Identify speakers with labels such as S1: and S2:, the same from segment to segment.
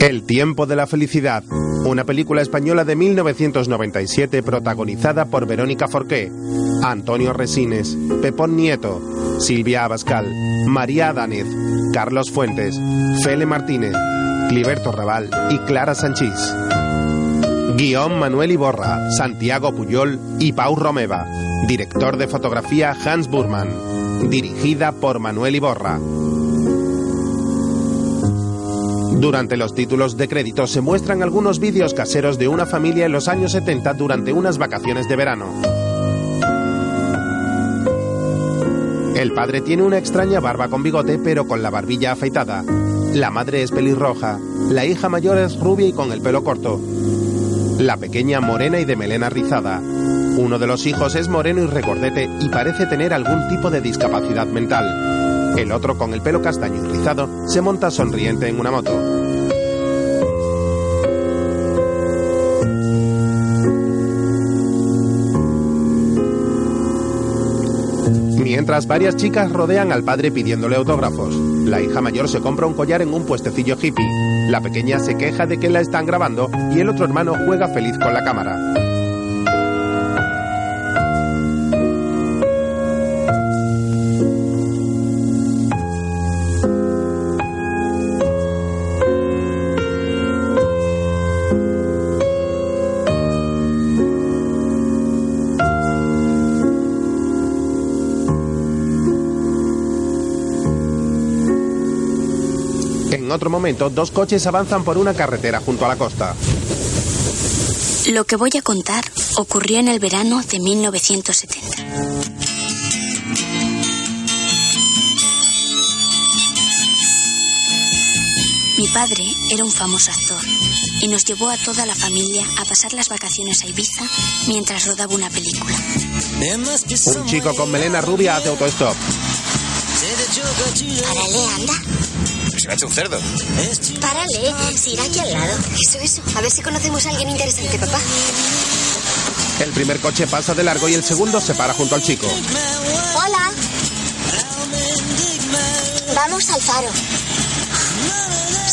S1: El tiempo de la felicidad, una película española de 1997 protagonizada por Verónica Forqué, Antonio Resines, Pepón Nieto, Silvia Abascal, María Adánez, Carlos Fuentes, Fele Martínez, Cliberto Raval y Clara Sanchís. Guión Manuel Iborra, Santiago Puyol y Pau Romeva. Director de fotografía Hans Burman. Dirigida por Manuel Iborra. Durante los títulos de crédito se muestran algunos vídeos caseros de una familia en los años 70 durante unas vacaciones de verano. El padre tiene una extraña barba con bigote pero con la barbilla afeitada. La madre es pelirroja. La hija mayor es rubia y con el pelo corto. La pequeña morena y de melena rizada. Uno de los hijos es moreno y regordete y parece tener algún tipo de discapacidad mental. El otro, con el pelo castaño y rizado, se monta sonriente en una moto. Mientras varias chicas rodean al padre pidiéndole autógrafos, la hija mayor se compra un collar en un puestecillo hippie, la pequeña se queja de que la están grabando y el otro hermano juega feliz con la cámara. En otro momento, dos coches avanzan por una carretera junto a la costa.
S2: Lo que voy a contar ocurrió en el verano de 1970. Mi padre era un famoso actor y nos llevó a toda la familia a pasar las vacaciones a Ibiza mientras rodaba una película.
S1: Un chico con melena rubia hace autostop.
S3: Párale, anda.
S4: Se me ha hecho un cerdo.
S3: Párale, si irá aquí al lado. Eso, eso. A ver si conocemos a alguien interesante, papá.
S1: El primer coche pasa de largo y el segundo se para junto al chico.
S3: Hola. Vamos al faro.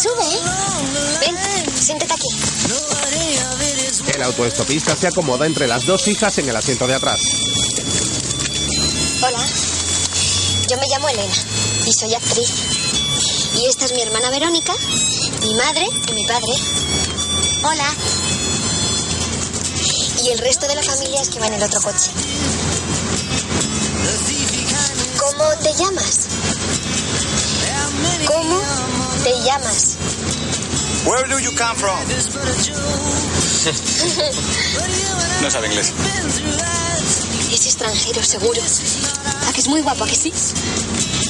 S3: Sube. ¿eh? Ven, siéntate aquí.
S1: El autoestopista se acomoda entre las dos hijas en el asiento de atrás.
S3: Hola. Yo me llamo Elena y soy actriz. Y esta es mi hermana Verónica, mi madre y mi padre. Hola. Y el resto de la familia es que va en el otro coche. ¿Cómo te llamas? ¿Cómo te llamas?
S4: Where do you come from? No sabe inglés.
S3: Es extranjero, seguro. ¿A que es muy guapo, a que sí?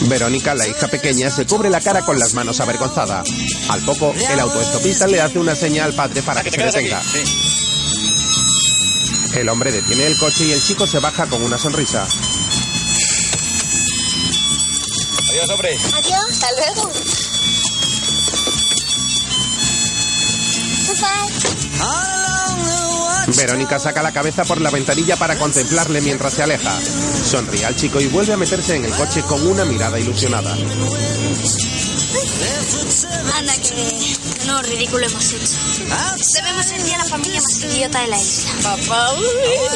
S1: Verónica, la hija pequeña, se cubre la cara con las manos avergonzada. Al poco, el autoestopista le hace una señal al padre para que se detenga. El hombre detiene el coche y el chico se baja con una sonrisa.
S4: Adiós, hombre.
S3: Adiós. Hasta luego. Bye.
S1: Verónica saca la cabeza por la ventanilla para contemplarle mientras se aleja. Sonríe al chico y vuelve a meterse en el coche con una mirada ilusionada.
S2: Anda, que no ridículo hemos hecho. Debemos ser ya la familia más idiota de la isla.
S5: Papá, uy,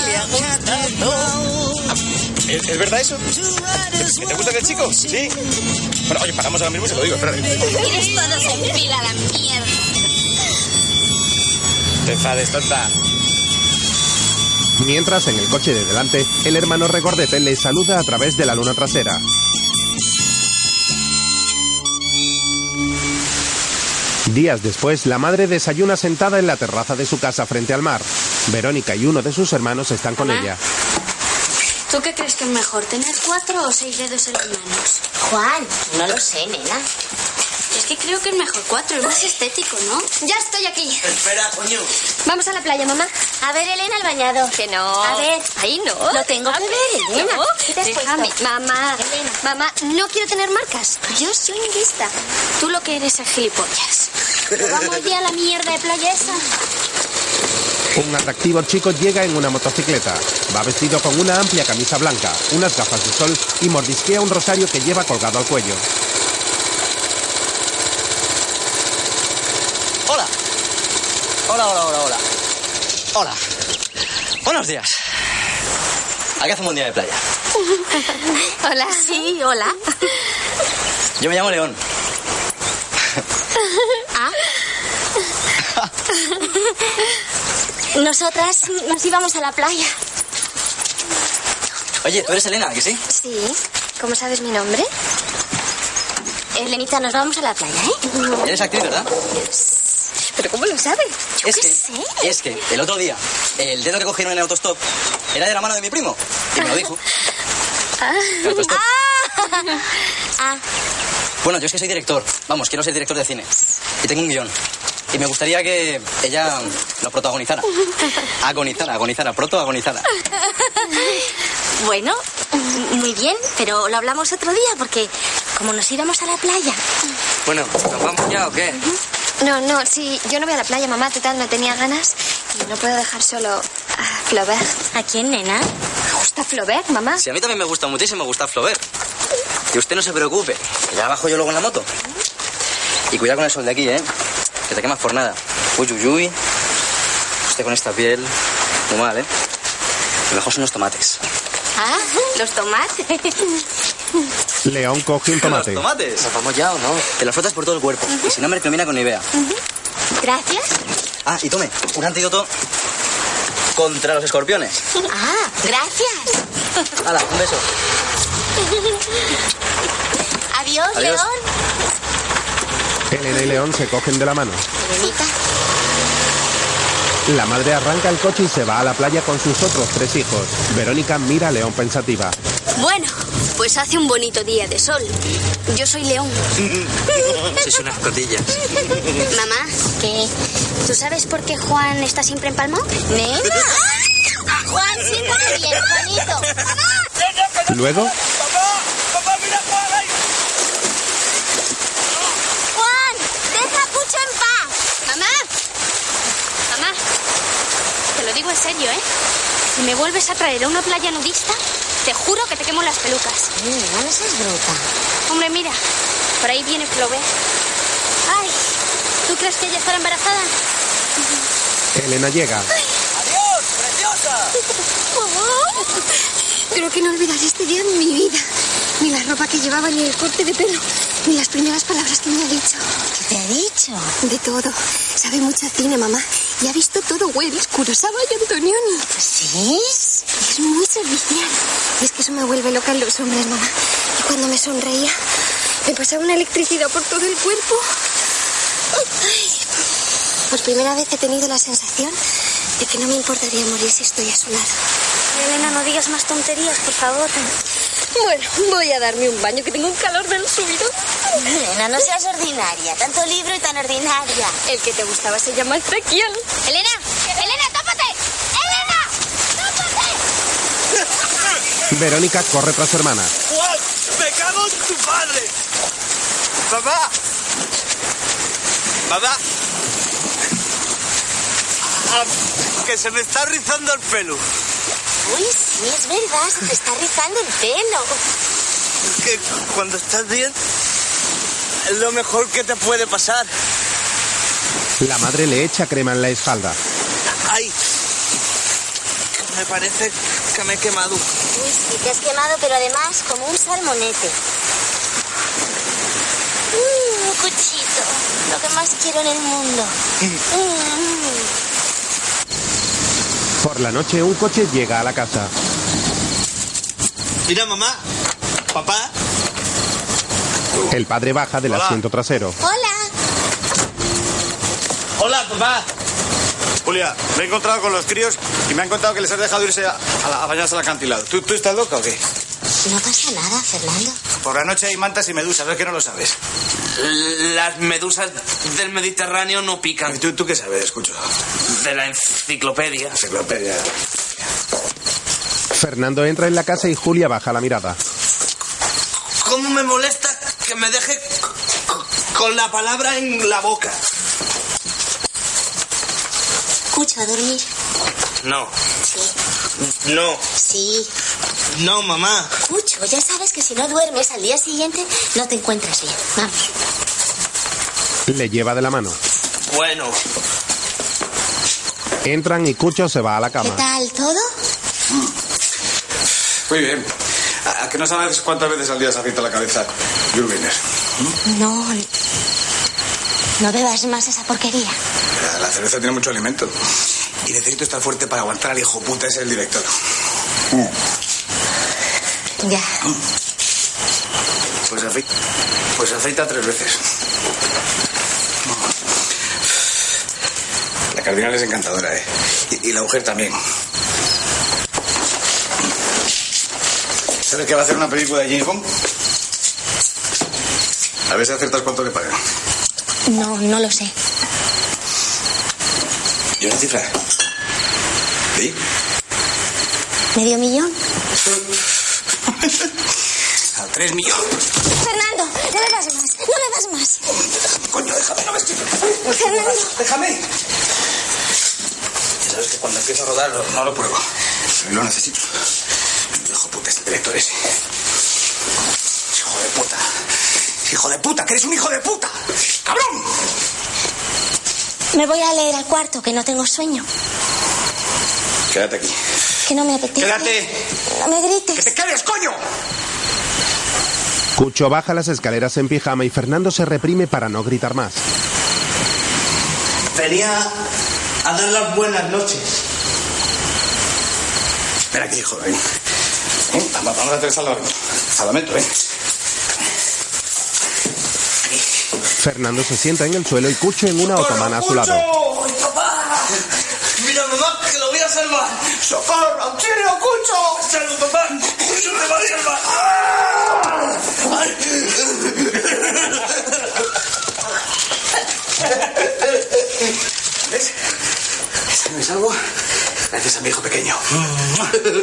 S5: le ha gustado.
S4: Ah, ¿Es, es verdad eso? ¿Te, te gusta aquel chico? Sí. Bueno, oye, paramos ahora mismo y se lo digo, espérate.
S2: Tienes todos en fila, la mierda.
S4: Te enfades, tonta.
S1: Mientras, en el coche de delante, el hermano Regordete le saluda a través de la luna trasera. Días después, la madre desayuna sentada en la terraza de su casa frente al mar. Verónica y uno de sus hermanos están con
S2: Mamá.
S1: ella.
S2: ¿Tú qué crees que es mejor, tener cuatro o seis dedos en las manos?
S3: Juan, no lo sé, nena.
S2: Es que creo que es mejor cuatro, es más estético, ¿no?
S3: Ya estoy aquí.
S4: Espera, coño.
S3: Vamos a la playa, mamá. A ver, Elena, al bañado.
S5: Que no.
S3: A ver.
S5: Ahí no.
S3: Lo tengo que ver, Elena.
S5: No.
S3: ¿Qué te has
S5: Déjame.
S3: puesto? Mamá, mamá, no quiero tener marcas. Yo soy lista.
S2: Tú lo que eres es gilipollas.
S3: Vamos ya a la mierda de playa esa.
S1: Un atractivo chico llega en una motocicleta. Va vestido con una amplia camisa blanca, unas gafas de sol y mordisquea un rosario que lleva colgado al cuello.
S4: Hola.
S6: Hola, hola, hola, hola. Hola. Buenos días. Aquí hace un buen día de playa.
S7: Hola. Sí, hola.
S6: Yo me llamo León.
S2: Ah.
S3: Nosotras nos íbamos a la playa.
S6: Oye, tú eres Elena, ¿que sí?
S3: Sí. ¿Cómo sabes mi nombre? Elenita, nos vamos a la playa,
S2: Mm,
S3: ¿eh?
S6: Eres actriz, ¿verdad?
S3: ¿Pero cómo lo sabes? Yo
S6: es
S3: qué
S6: que,
S3: sé.
S6: es que el otro día, el dedo que cogieron en el autostop era de la mano de mi primo. Y me lo dijo.
S7: Ah.
S6: El autostop.
S3: Ah,
S6: Bueno, yo es que soy director. Vamos, quiero ser director de cine. Y tengo un guión. Y me gustaría que ella lo protagonizara. Agonizara, agonizara, protagonizara.
S7: Bueno, muy bien, pero lo hablamos otro día porque como nos íbamos a la playa.
S6: Bueno, ¿nos vamos ya o qué?
S3: no, no, sí, yo no voy a la playa, mamá, total, no tenía ganas. Y no puedo dejar solo a Flaubert.
S7: ¿A quién, nena?
S3: Me gusta Flaubert, mamá.
S6: Si a mí también me gusta muchísimo Gustave Flaubert. Y usted no se preocupe, que ya bajo yo luego en la moto. Y cuidado con el sol de aquí, ¿eh? Que te quemas por nada. Uy, uy, uy. Usted con esta piel, muy mal, ¿eh? Lo mejor son los tomates.
S7: Ah, los tomates.
S1: León coge un tomate.
S6: ¿Los tomates? ¿Nos vamos ya o no? Te los frotas por todo el cuerpo. Y si no, me recomienda con Nivea.
S7: Gracias.
S6: Ah, y tome, un antídoto contra los escorpiones.
S7: Ah, gracias.
S6: Hala, un beso.
S7: Adiós,
S6: Adiós.
S7: León.
S1: Elena y León se cogen de la mano.
S7: Elenita,
S1: La madre arranca el coche y se va a la playa con sus otros tres hijos. Verónica mira a León pensativa.
S7: Bueno, pues hace un bonito día de sol. Yo soy León.
S6: Sois unas cotillas.
S7: Mamá,
S3: ¿Qué? ¿Tú sabes por qué Juan está siempre empalmado?
S7: nena.
S3: Juan siempre bien, Juanito.
S1: Luego,
S5: ¡Papá! ¡Papá, mira, para!
S7: Juan, deja a Pucho en paz. Mamá. Mamá. Te lo digo en serio, ¿eh? Si me vuelves a traer a una playa nudista, te juro que te quemo las pelucas.
S3: No seas bruta.
S7: Hombre, mira, por ahí viene Flaubert. Ay, ¿tú crees que ella estará embarazada?
S1: Elena llega.
S6: ¡Adiós, preciosa!
S3: Creo que no olvidaré este día en mi vida. Ni la ropa que llevaba, ni el corte de pelo, ni las primeras palabras que me ha dicho.
S7: ¿Qué te ha dicho?
S3: De todo. Sabe mucho de cine, mamá. Y ha visto todo Wells, Kurosawa y Antonioni.
S7: ¿Pues ¿Sí?
S3: Es muy servicial. Y es que eso me vuelve loca en los hombres, mamá. Y cuando me sonreía, me pasaba una electricidad por todo el cuerpo. Ay. Por primera vez he tenido la sensación de que no me importaría morir si estoy a su lado.
S7: Elena, no digas más tonterías, por favor.
S3: Bueno, voy a darme un baño, que tengo un calor del subido.
S7: Elena, no seas ordinaria. Tanto libro y tan ordinaria.
S3: El que te gustaba se llama Ezequiel.
S7: Elena, Elena, tápate. Elena, tápate.
S1: Verónica corre tras su hermana.
S5: ¡Juan! ¡Me cago en tu padre! ¡Papá! ¡Papá! Ah, ¡Que se me está rizando el pelo!
S7: Uy, sí, es verdad. Se te está rizando el pelo.
S5: Que cuando estás bien es lo mejor que te puede pasar.
S1: La madre le echa crema en la espalda.
S5: ¡Ay! Me parece que me he quemado.
S7: Uy, sí, te has quemado, pero además como un salmonete. Mm, un cuchito. Lo que más quiero en el mundo. Mm.
S1: Por la noche, un coche llega a la casa.
S5: Mira, mamá. Papá.
S1: El padre baja del
S5: Hola.
S1: asiento trasero.
S7: Hola.
S5: Hola, papá.
S4: Julia, me he encontrado con los críos y me han contado que les has dejado irse a, a la- a bañarse al acantilado. ¿Tú, ¿Tú estás loca o qué?
S7: No pasa nada, Fernando.
S4: Por la noche hay mantas y medusas, ¿ves que no lo sabes?
S8: Las medusas del Mediterráneo no
S4: ¿Y
S8: pican
S4: tú, tú qué sabes? Escucho.
S8: de la enciclopedia.
S4: Enciclopedia.
S1: Fernando entra en la casa y Julia baja la mirada.
S8: ¿Cómo me molesta que me deje c- c- con la palabra en la boca?
S7: Escucha, a dormir.
S5: No,
S7: Sí,
S5: no,
S7: sí.
S5: no, mamá.
S7: Cucho, ya sabes que si no duermes al día siguiente no te encuentras bien. Vamos.
S1: Le lleva de la mano.
S5: Bueno.
S1: Entran y Cucho se va a la
S9: ¿Qué
S1: cama.
S9: tal todo?
S4: Muy bien. ¿A, a que no sabes cuántas veces al día se afecta la cabeza, Jürgener?
S9: No. No bebas más esa porquería.
S4: La, la cerveza tiene mucho alimento. Y necesito estar fuerte para aguantar al hijo puta ese el director.
S9: Ya.
S4: Pues, afeita pues afeita tres veces. La cardinal es encantadora, ¿eh? Y, y la mujer también. ¿Sabes que va a hacer una película de James Bond? A ver si aciertas cuánto le pagan.
S9: No, no lo sé.
S4: ¿Y una cifra? ¿Sí?
S9: ¿Medio millón?
S4: A tres millones.
S10: Fernando, no me das más, no me das más.
S4: Coño, déjame, no me estoy...
S10: Fernando,
S4: ¡Déjame! Ya sabes que cuando empiezo a rodar lo- no lo pruebo. Pero lo necesito. El hijo puta es el director ese. Hijo de puta. Hijo de puta, que eres un hijo de puta. ¡Cabrón!
S9: Me voy a leer al cuarto, que no tengo sueño.
S4: Quédate aquí.
S9: Que no me apetece.
S4: ¡Quédate!
S9: No me
S4: ¡Que
S9: grites.
S4: te quedes, coño!
S1: Cucho baja las escaleras en pijama y Fernando se reprime para no gritar más.
S5: Venía a dar las buenas noches.
S4: Espera aquí, hijo. Ven. Ven, vamos vamos a hacer salvamento. Salvamento, ven.
S1: Fernando se sienta en el suelo y Cucho en una otomana a su lado.
S5: ¡Socorro, Cucho! ¡Ay, papá! Mira, mamá, que lo voy a salvar. ¡Socorro! ¡Auxilio, Cucho! ¡Salvo, papá! ¡Cucho me va a salvar! ¡Ah!
S4: ¿Ves? Si no es algo, gracias a mi hijo pequeño. Mm.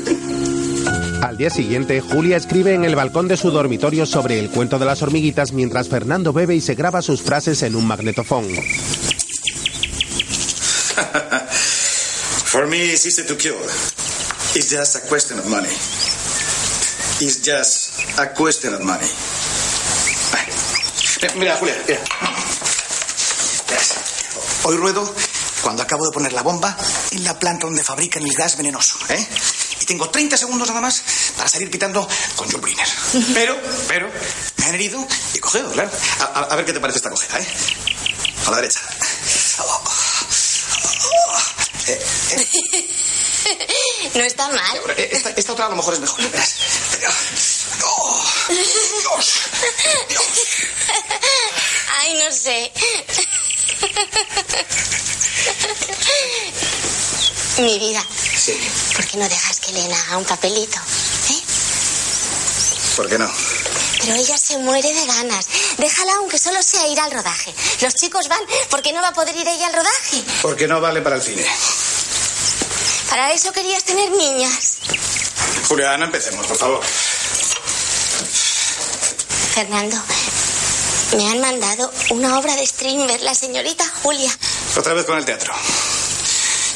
S1: Al día siguiente, Julia escribe en el balcón de su dormitorio sobre el cuento de las hormiguitas mientras Fernando bebe y se graba sus frases en un magnetofón.
S4: For me, it's easy to kill. It's just a question of money. It's just a question of money. Mira, mira, Julia, mira. Verás, Hoy ruedo cuando acabo de poner la bomba en la planta donde fabrican el gas venenoso. ¿eh? Y tengo 30 segundos nada más para salir pitando con Jules Briner. Pero, pero, me han herido y he cogido, claro. A, a- a ver qué te parece esta cogida, ¿eh? A la derecha.
S7: No está mal.
S4: Eh, Esta, esta otra a lo mejor es mejor. Verás. ¡Oh! ¡Dios!
S7: Ay, no sé. Mi vida,
S4: Sí,
S7: ¿por qué no dejas que Elena haga un papelito? ¿Eh?
S4: ¿por qué no?
S7: Pero ella se muere de ganas. Déjala aunque solo sea ir al rodaje. Los chicos van porque no va a poder ir ella al rodaje.
S4: Porque no vale para el cine.
S7: Para eso querías tener niñas.
S4: Julia, no empecemos, por favor.
S7: Fernando, me han mandado una obra de Strindberg, la señorita Julia.
S4: Otra vez con el teatro.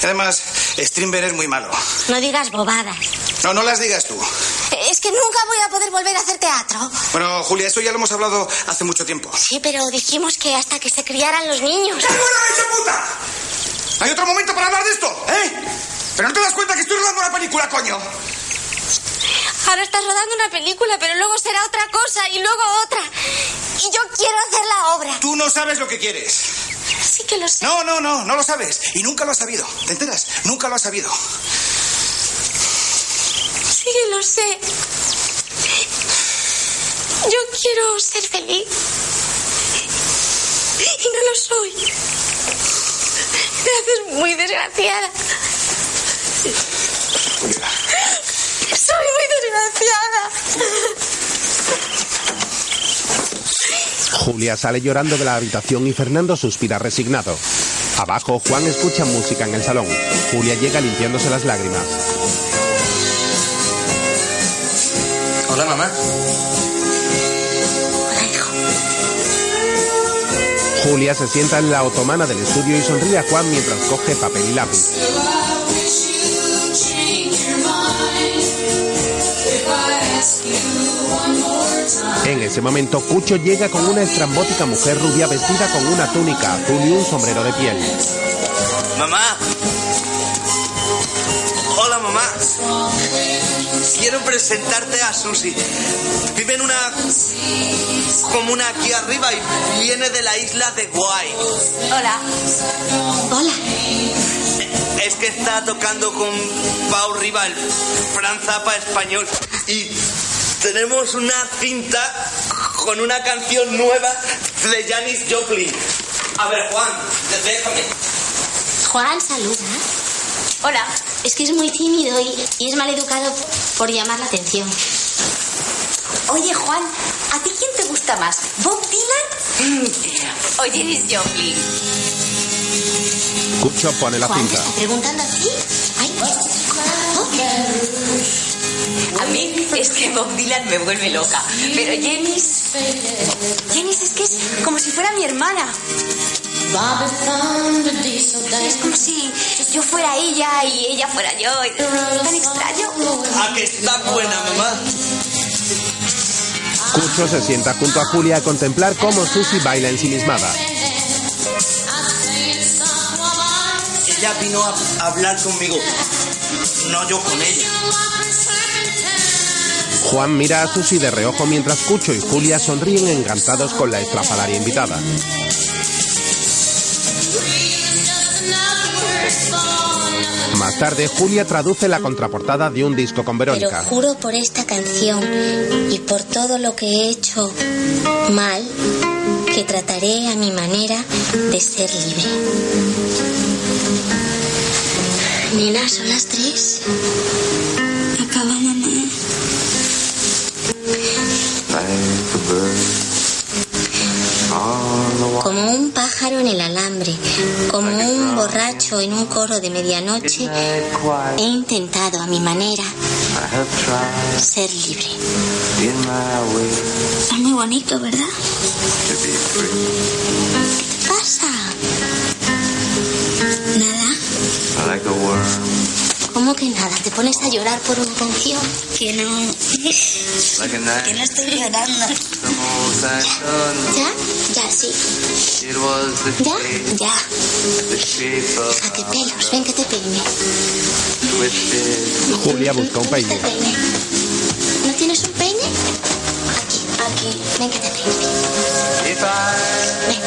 S4: Y además, Streamber es muy malo.
S7: No digas bobadas.
S4: No, no las digas tú.
S7: Es que nunca voy a poder volver a hacer teatro.
S4: Bueno, Julia, eso ya lo hemos hablado hace mucho tiempo.
S7: Sí, pero dijimos que hasta que se criaran los niños.
S4: ¡Fuera, hija puta! ¿Hay otro momento para hablar de esto? ¿Eh? ¿Pero no te das cuenta que estoy rodando una película, coño?
S7: Ahora estás rodando una película, pero luego será otra cosa y luego otra. Y yo quiero hacer la obra.
S4: Tú no sabes lo que quieres.
S7: Sí que lo sé.
S4: No, no, no, no lo sabes. Y nunca lo has sabido. ¿Te enteras? Nunca lo has sabido.
S7: Sí que lo sé. Yo quiero ser feliz. Y no lo soy. Me haces muy desgraciada. Soy muy desgraciada.
S1: Julia sale llorando de la habitación y Fernando suspira resignado. Abajo, Juan escucha música en el salón. Julia llega limpiándose las lágrimas.
S11: Hola, mamá.
S7: Hola, hijo.
S1: Julia se sienta en la otomana del estudio y sonríe a Juan mientras coge papel y lápiz.
S12: If I ask you one more time.
S1: En ese momento, Cucho llega con una estrambótica mujer rubia vestida con una túnica azul y un sombrero de piel.
S5: Mamá. Hola, mamá. Quiero presentarte a Susi. Vive en una comuna aquí arriba y viene de la isla de Guay.
S13: Hola.
S7: Hola.
S5: Es que está tocando con Pau Rival, Fran Zappa español. Y tenemos una cinta con una canción nueva de Janis Joplin. A ver, Juan, déjame.
S7: Juan, saluda.
S2: Hola.
S7: Es que es muy tímido y, y es maleducado por llamar la atención.
S13: Oye, Juan, ¿a ti quién te gusta más? ¿Bob Dylan? ¿O Janis Joplin?
S1: Cucho pone la
S7: Juan, ¿te
S1: cinta.
S7: está preguntando a ti? Ay,
S13: A mí es que Bob Dylan me vuelve loca. Pero Janis... Janis es que es como si fuera mi hermana. Es como si yo fuera ella y ella fuera yo. Tan extraño.
S5: ¿A que está buena, mamá?
S1: Cucho se sienta junto a Julia a contemplar cómo Susi baila ensimismada.
S5: Ella vino a a hablar conmigo. No yo con ella.
S1: Juan mira a Susi de reojo mientras Cucho y Julia sonríen encantados con la estrafalaria invitada. Más tarde, Julia traduce la contraportada de un disco con
S7: Pero
S1: Verónica.
S7: juro por esta canción y por todo lo que he hecho mal que trataré a mi manera de ser libre. Nina, son las tres.
S3: Acaba, mamá.
S7: Como un pájaro en el alambre, como un borracho en un coro de medianoche, he intentado a mi manera ser libre.
S3: Es muy bonito, ¿verdad?
S7: ¿Qué pasa? ¿Cómo que nada? ¿Te pones a llorar por una canción?
S3: Que no. que no estoy llorando.
S7: ¿Ya? Ya, sí. ¿Ya? Ya. Déjate pelos, ven que te peine.
S1: Julia busca un peine.
S7: Te peine. ¿No tienes un peine? Aquí, aquí. Ven que te peine. Ven.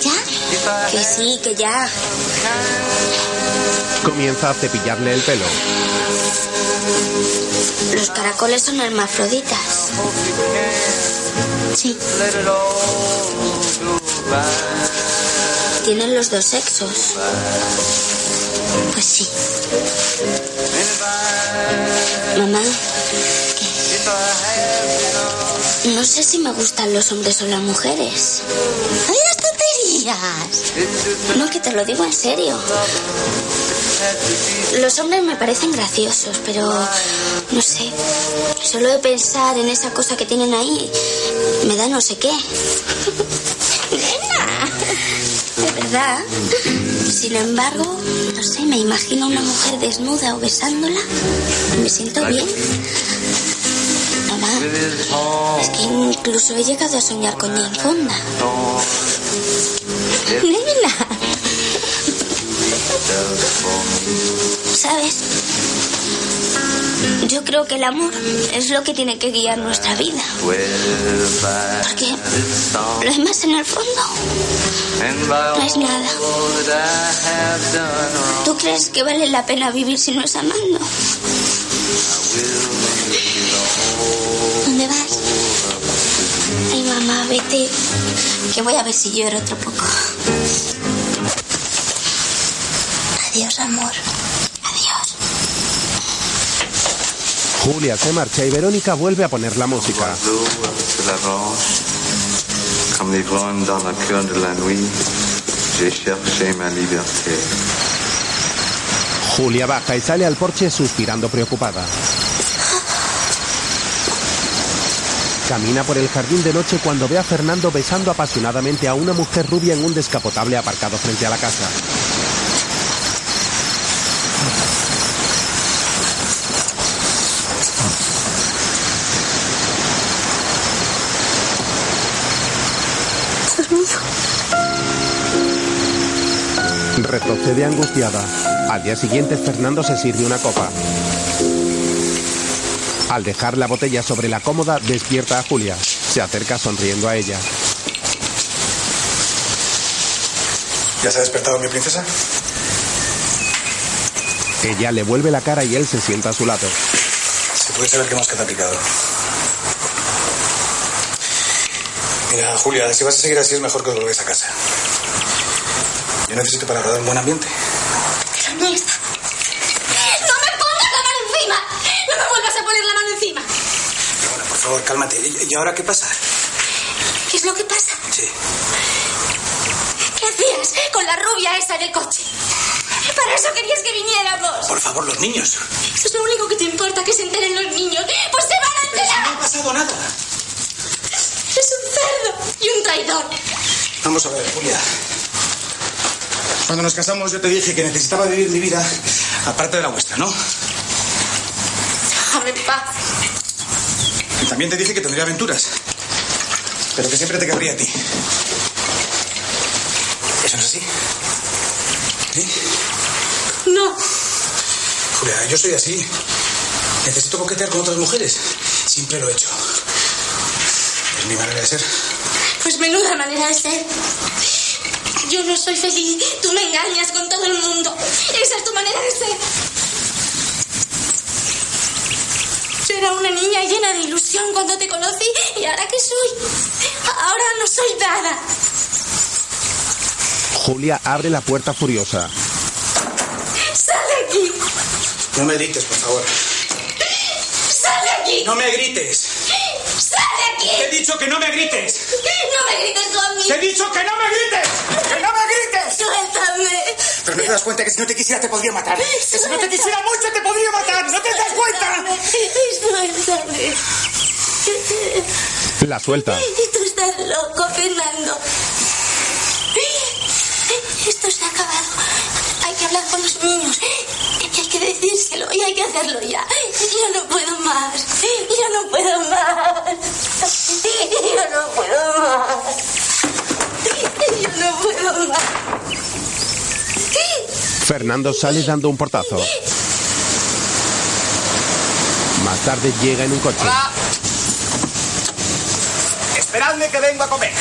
S7: ¿Ya? Que sí, que ya.
S1: Comienza a cepillarle el pelo.
S7: Los caracoles son hermafroditas. Sí. Tienen los dos sexos. Pues sí.
S3: Mamá,
S7: No sé si me gustan los hombres o las mujeres. ¡Ay, las tonterías! No, que te lo digo en serio. Los hombres me parecen graciosos, pero no sé. Solo de pensar en esa cosa que tienen ahí me da no sé qué. Nena, de verdad. Sin embargo, no sé, me imagino a una mujer desnuda o besándola y me siento bien. Mamá, es que incluso he llegado a soñar con Jane Fonda. Nena,
S3: ¿sabes? Yo creo que el amor es lo que tiene que guiar nuestra vida.
S7: porque lo hay más en el fondo.
S3: No es nada. ¿Tú crees que vale la pena vivir si no es amando?
S7: ¿Dónde vas? Ay, mamá, vete. Que voy a ver si lloro otro poco.
S3: Adiós, amor.
S7: Adiós.
S1: Julia se marcha y Verónica vuelve a poner la música.
S12: de la branche, comme les grognes dans le cœur de la nuit, j'ai cherché ma liberté.
S1: Julia baja y sale al porche suspirando preocupada. Camina por el jardín de noche cuando ve a Fernando besando apasionadamente a una mujer rubia en un descapotable aparcado frente a la casa. retrocede angustiada. Al día siguiente, Fernando se sirve una copa. Al dejar la botella sobre la cómoda, despierta a Julia. Se acerca sonriendo a ella.
S4: ¿Ya se ha despertado mi princesa?
S1: Ella le vuelve la cara y él se sienta a su lado.
S4: Se puede saber qué más que te ha picado. Mira, Julia, si vas a seguir así es mejor que os volváis a casa. Yo necesito para rodar un buen ambiente.
S2: ¡Mierda! ¡No me pongas la mano encima! ¡No me vuelvas a poner la mano encima!
S4: Bueno, por favor, cálmate. ¿Y- ¿Y ahora qué pasa?
S2: ¿Qué es lo que pasa?
S4: Sí.
S2: ¿Qué hacías con la rubia esa en el coche? Para eso querías que viniéramos.
S4: Por favor, los niños.
S2: Eso Pues es lo único que te importa, que se enteren los niños. ¡Pues se van a enterar!
S4: No ha pasado nada.
S2: ¡Es un cerdo y un traidor!
S4: Vamos a ver, Julia. Cuando nos casamos yo te dije que necesitaba vivir mi vida aparte de la vuestra, ¿no?
S2: Déjame en paz.
S4: Y También te dije que tendría aventuras, pero que siempre te querría a ti. ¿Eso no es así?
S2: No.
S4: Julia, yo soy así. Necesito coquetear con otras mujeres. Siempre lo he hecho. Es mi manera de ser.
S2: Pues menuda manera de ser. Yo no soy feliz. Tú me engañas con todo el mundo. Esa es tu manera de ser. Yo era una niña llena de ilusión cuando te conocí. ¿Y ahora qué soy? Ahora no soy nada.
S1: Julia abre la puerta furiosa.
S2: ¡Sal de aquí!
S4: No me grites, por favor.
S2: ¡Sal de aquí!
S4: No me grites.
S2: ¡Sal de aquí!
S4: Te he dicho que no me grites.
S2: ¡No me grites tú a mí!
S4: Te he dicho que no me grites. Que no me grites.
S2: ¡Suéltame!
S4: Pero no te das cuenta que si no te quisiera te podría matar. Que si no te quisiera mucho te podría matar. ¿No te das cuenta?
S2: ¡Suéltame!
S1: La suelta.
S2: Tú estás loco, Fernando.
S7: Esto se ha acabado. Hay que hablar con los niños. Y hay que decírselo y hay que hacerlo ya. Yo no puedo más. Yo no puedo más. Yo no puedo más. Yo no puedo más.
S1: Fernando sale dando un portazo. Más tarde llega en un coche.
S4: Esperadme que vengo a comer.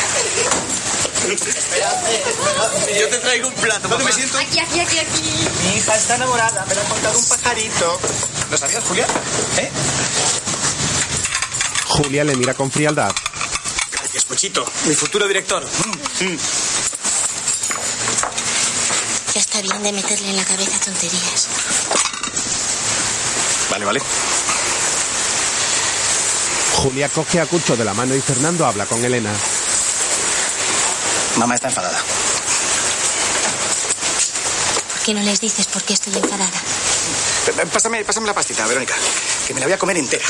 S5: Yo te traigo un plato,
S4: ¿Dónde me
S5: mamá.
S4: siento?
S2: Aquí, aquí, aquí, aquí.
S4: Mi hija está enamorada. Me lo ha contado un pajarito. ¿Lo sabías, Julia? ¿Eh?
S1: Julia le mira con frialdad.
S4: Gracias, Pochito. Mi futuro director. Mm,
S7: Ya está bien de meterle en la cabeza tonterías.
S4: Vale, vale.
S1: Julia coge a Cucho de la mano y Fernando habla con Elena.
S4: Mamá está enfadada.
S7: ¿Por qué no les dices por qué estoy enfadada?
S4: Pásame, pásame la pastita, Verónica. Que me la voy a comer entera.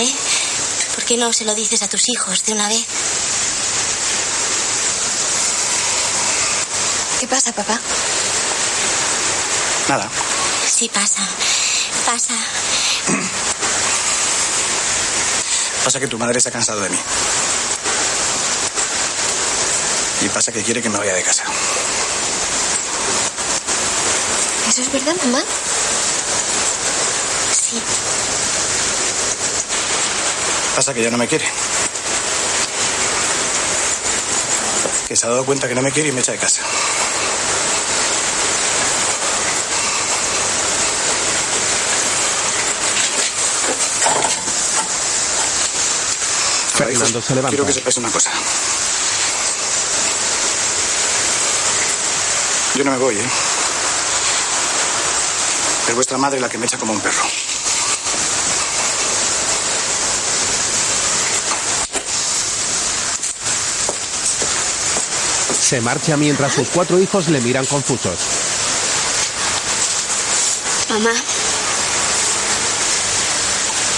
S7: ¿Eh? ¿Por qué no se lo dices a tus hijos de una vez?
S3: ¿Qué pasa, papá?
S4: Nada.
S7: Sí, pasa. Pasa.
S4: Pasa que tu madre se ha cansado de mí. Y pasa que quiere que me vaya de casa.
S3: ¿Eso es verdad, mamá?
S7: Sí.
S4: Pasa que ya no me quiere. Que se ha dado cuenta que no me quiere y me echa de casa. Ahora, hijos,
S1: Fernando se levanta.
S4: Quiero que sepáis una cosa. Yo no me voy, ¿eh? Es vuestra madre la que me echa como un perro.
S1: Se marcha mientras sus cuatro hijos le miran confusos.
S7: Mamá,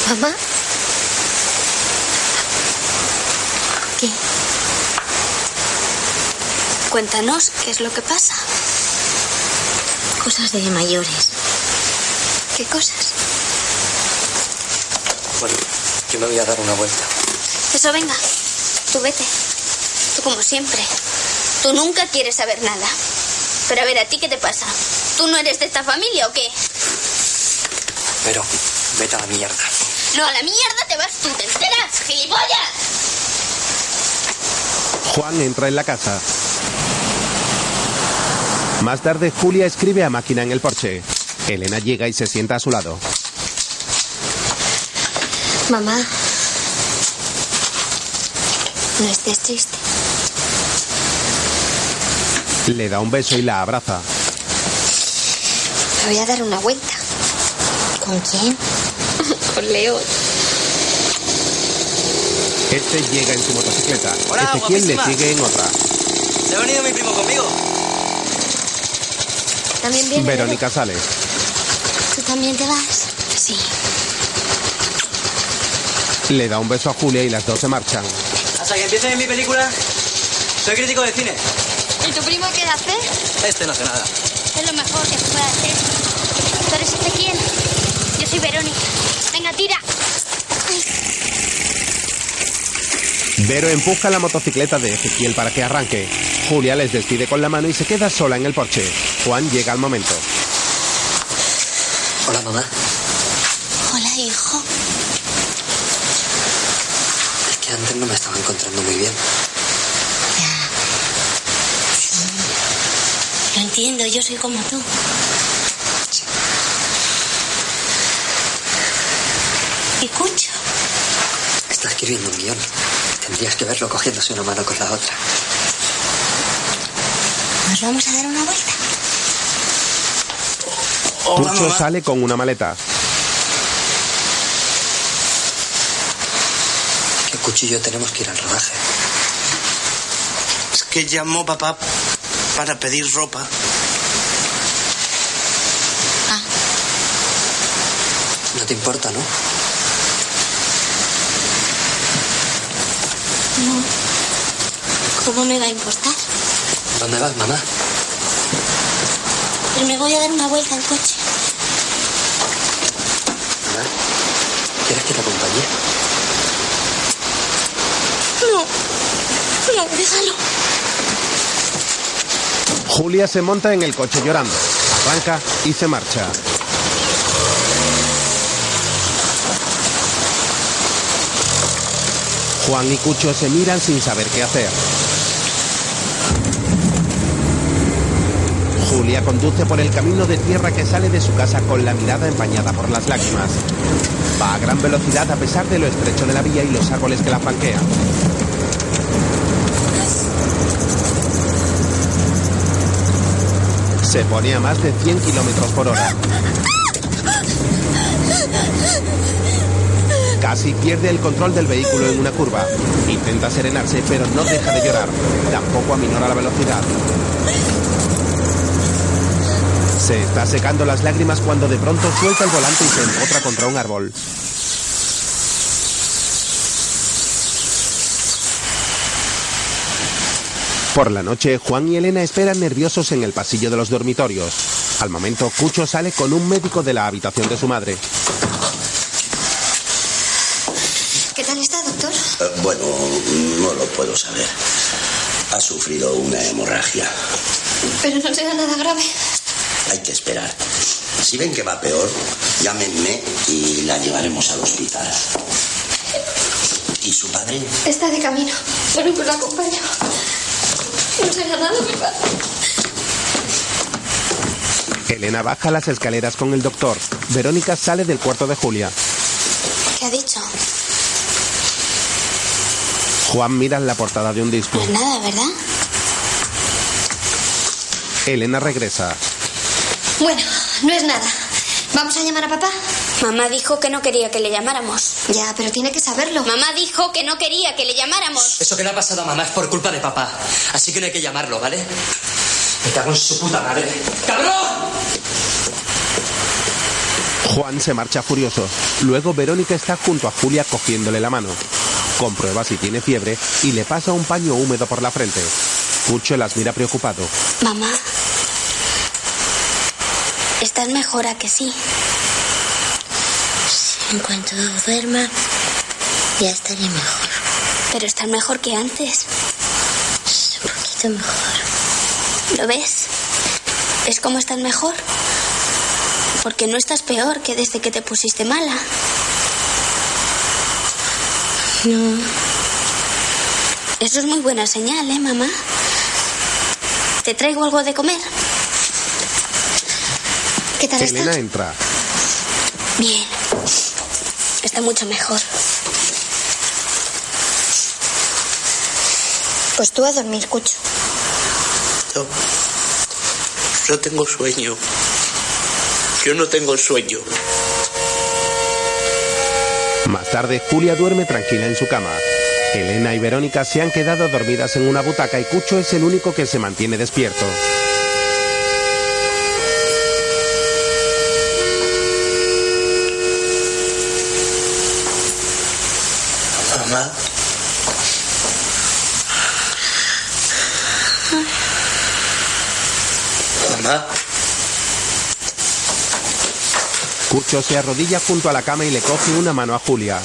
S3: ¿Mamá?
S7: ¿qué? Cuéntanos qué es lo que pasa. Cosas de mayores.
S3: ¿Qué cosas?
S6: Bueno, yo me voy a dar una vuelta.
S2: Eso, venga. Tú vete. Tú como siempre. Tú nunca quieres saber nada. Pero a ver, ¿a ti qué te pasa? ¿Tú no eres de esta familia o qué?
S6: Pero, vete a la mierda.
S2: No, a la mierda te vas tú, ¿te enteras? ¡Gilipollas!
S1: Juan entra en la casa. Más tarde, Julia escribe a máquina en el porche. Elena llega y se sienta a su lado.
S3: Mamá, no estés triste.
S1: Le da un beso y la abraza.
S3: Me voy a dar una vuelta. ¿Con quién? Con Leo.
S1: Este llega en su motocicleta.
S6: Hola,
S1: Ezequiel le
S6: guapísima.
S1: sigue en otra.
S6: Se ha venido mi primo conmigo.
S3: ¿También viene?
S1: Verónica sale.
S3: ¿Tú también te vas? Sí.
S1: Le da un beso a Julia y las dos se marchan.
S6: Hasta que empiece mi película, soy crítico de cine.
S2: ¿Y tu primo qué hace?
S6: Este no hace nada.
S2: Es lo mejor que puede hacer. ¿Tú eres Ezequiel? Yo soy Verónica. Venga, tira.
S1: Vero empuja la motocicleta de Ezequiel para que arranque. Julia les despide con la mano y se queda sola en el porche. Juan llega al momento.
S6: Hola, mamá.
S7: Hola, hijo.
S6: Es que antes no me estaba encontrando muy bien.
S7: Lo entiendo, yo soy como tú. Y Cucho,
S6: Está escribiendo un guión. Tendrías que verlo cogiéndose una mano con la otra.
S7: nos Pues vamos a dar una vuelta.
S1: Pucho sale con una maleta.
S6: ¿Qué cuchillo tenemos que ir al rodaje?
S5: Es que llamó papá para pedir ropa.
S6: No te importa, ¿no?
S7: ¿Cómo me va a importar?
S6: ¿Dónde vas, mamá?
S7: Pero me voy a dar una vuelta al coche.
S6: ¿Quieres que te acompañe?
S7: No, no, déjalo.
S1: Julia se monta en el coche llorando. Arranca y se marcha. Juan y Cucho se miran sin saber qué hacer. Julia conduce por el camino de tierra que sale de su casa con la mirada empañada por las lágrimas. Va a gran velocidad a pesar de lo estrecho de la vía y los árboles que la flanquean. Se pone a más de 100 kilómetros por hora. Casi pierde el control del vehículo en una curva. Intenta serenarse, pero no deja de llorar. Tampoco aminora la velocidad. Se está secando las lágrimas cuando de pronto suelta el volante y se empotra contra un árbol. Por la noche, Juan y Elena esperan nerviosos en el pasillo de los dormitorios. Al momento, Cucho sale con un médico de la habitación de su madre.
S3: ¿Qué tal está, doctor?
S14: Eh, Bueno, no lo puedo saber. Ha sufrido una hemorragia.
S3: Pero no será nada grave.
S14: Hay que esperar. Si ven que va peor, llámenme y la llevaremos al hospital. ¿Y su padre?
S3: Está de camino. Solo que lo acompaño. No será nada, ¿verdad?
S1: Elena baja las escaleras con el doctor. Verónica sale del cuarto de Julia.
S7: ¿Qué ha dicho?
S1: Juan mira la portada de un disco.
S7: Pues nada, ¿verdad?
S1: Elena regresa.
S3: Bueno, no es nada. ¿Vamos a llamar a papá?
S2: Mamá dijo que no quería que le llamáramos.
S3: Ya, pero tiene que saberlo.
S2: Mamá dijo que no quería que le llamáramos.
S6: Eso que le ha pasado a mamá es por culpa de papá. Así que no hay que llamarlo, ¿vale? Me cago en su puta madre. ¡Cabrón!
S1: Juan se marcha furioso. Luego Verónica está junto a Julia cogiéndole la mano. Comprueba si tiene fiebre y le pasa un paño húmedo por la frente. Cucho las mira preocupado.
S7: Mamá. Estás mejor a que sí. En cuanto duerma, ya estaré mejor. Pero estás mejor que antes. Un poquito. visto mejor. ¿Lo ves? ¿Ves cómo estás mejor? Porque no estás peor que desde que te pusiste mala. No. Eso es muy buena señal, ¿eh, mamá? ¿Te traigo algo de comer? ¿Qué tal
S1: Elena
S7: estás?
S1: entra.
S7: Bien. Está mucho mejor.
S3: Pues tú a dormir, Cucho.
S5: Yo, yo tengo sueño. Yo no tengo sueño.
S1: Más tarde, Julia duerme tranquila en su cama. Elena y Verónica se han quedado dormidas en una butaca y Cucho es el único que se mantiene despierto.
S5: Mamá. Mamá.
S1: Cucho se arrodilla junto a la cama y le coge una mano a Julia.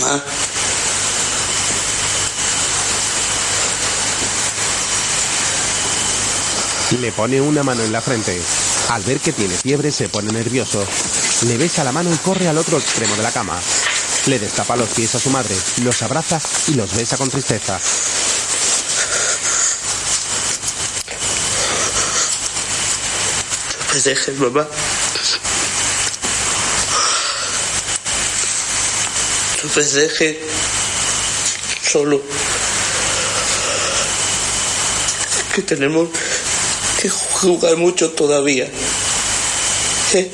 S5: Mamá.
S1: Le pone una mano en la frente. Al ver que tiene fiebre se pone nervioso. Le besa la mano y corre al otro extremo de la cama. Le destapa los pies a su madre, los abraza y los besa con tristeza.
S5: No me dejes, mamá. No me dejes solo. Que tenemos que jugar mucho todavía. ¿Eh?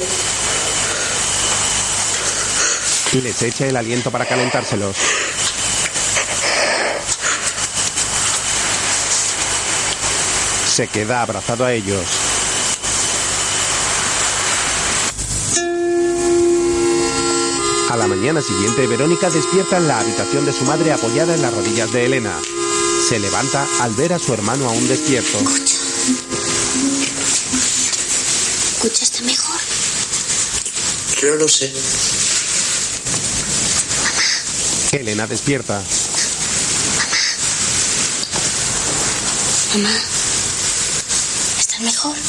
S1: Les echa el aliento para calentárselos. Se queda abrazado a ellos. A la mañana siguiente, Verónica despierta en la habitación de su madre apoyada en las rodillas de Elena. Se levanta al ver a su hermano aún despierto.
S7: Cucho está mejor.
S5: Yo no lo sé.
S1: Elena despierta.
S7: Mamá. ¿Estás mejor?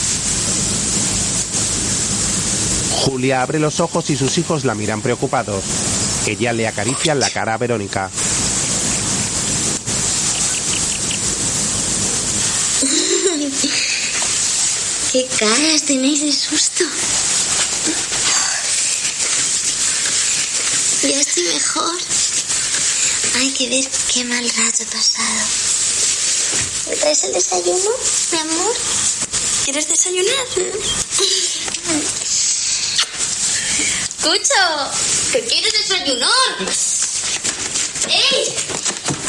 S1: Julia abre los ojos y sus hijos la miran preocupados. Ella le acaricia la cara a Verónica.
S7: Qué caras tenéis de susto. Ya estoy mejor. Hay que ver qué mal rato he pasado. ¿Me traes el desayuno, mi amor? ¿Quieres desayunar?
S2: Cucho, que quieres desayunar. ¡Ey!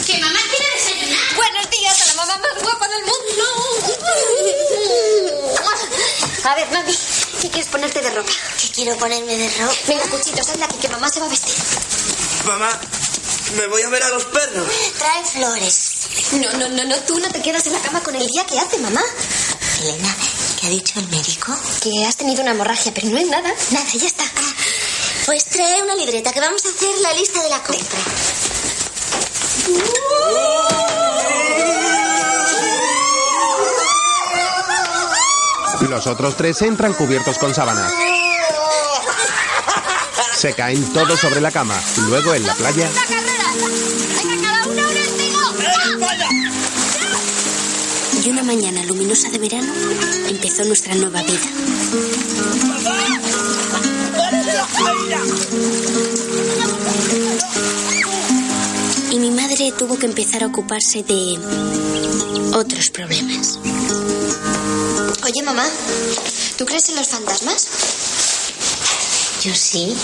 S2: ¡Que mamá quiere desayunar! Buenos días a la mamá más guapa del mundo.
S3: A ver, mami, ¿qué quieres ponerte de ropa? ¿Qué quiero ponerme de ropa? Venga, cuchitos, hazla aquí, que mamá se va a vestir.
S5: Mamá, me voy a ver a los perros.
S3: Trae flores. No, no, no, no, tú no te quedas en la cama con el día que hace, mamá. Elena, ¿qué ha dicho el médico? Que has tenido una hemorragia, pero no es nada. Nada, ya está. Pues trae una libreta que vamos a hacer la lista de la compra.
S1: Los otros tres entran cubiertos con sábanas. Se caen todos sobre la cama. Luego en la playa,
S7: Y una mañana luminosa de verano empezó nuestra nueva vida. Y mi madre tuvo que empezar a ocuparse de otros problemas.
S3: Oye, mamá, ¿tú crees en los fantasmas? Yo sí.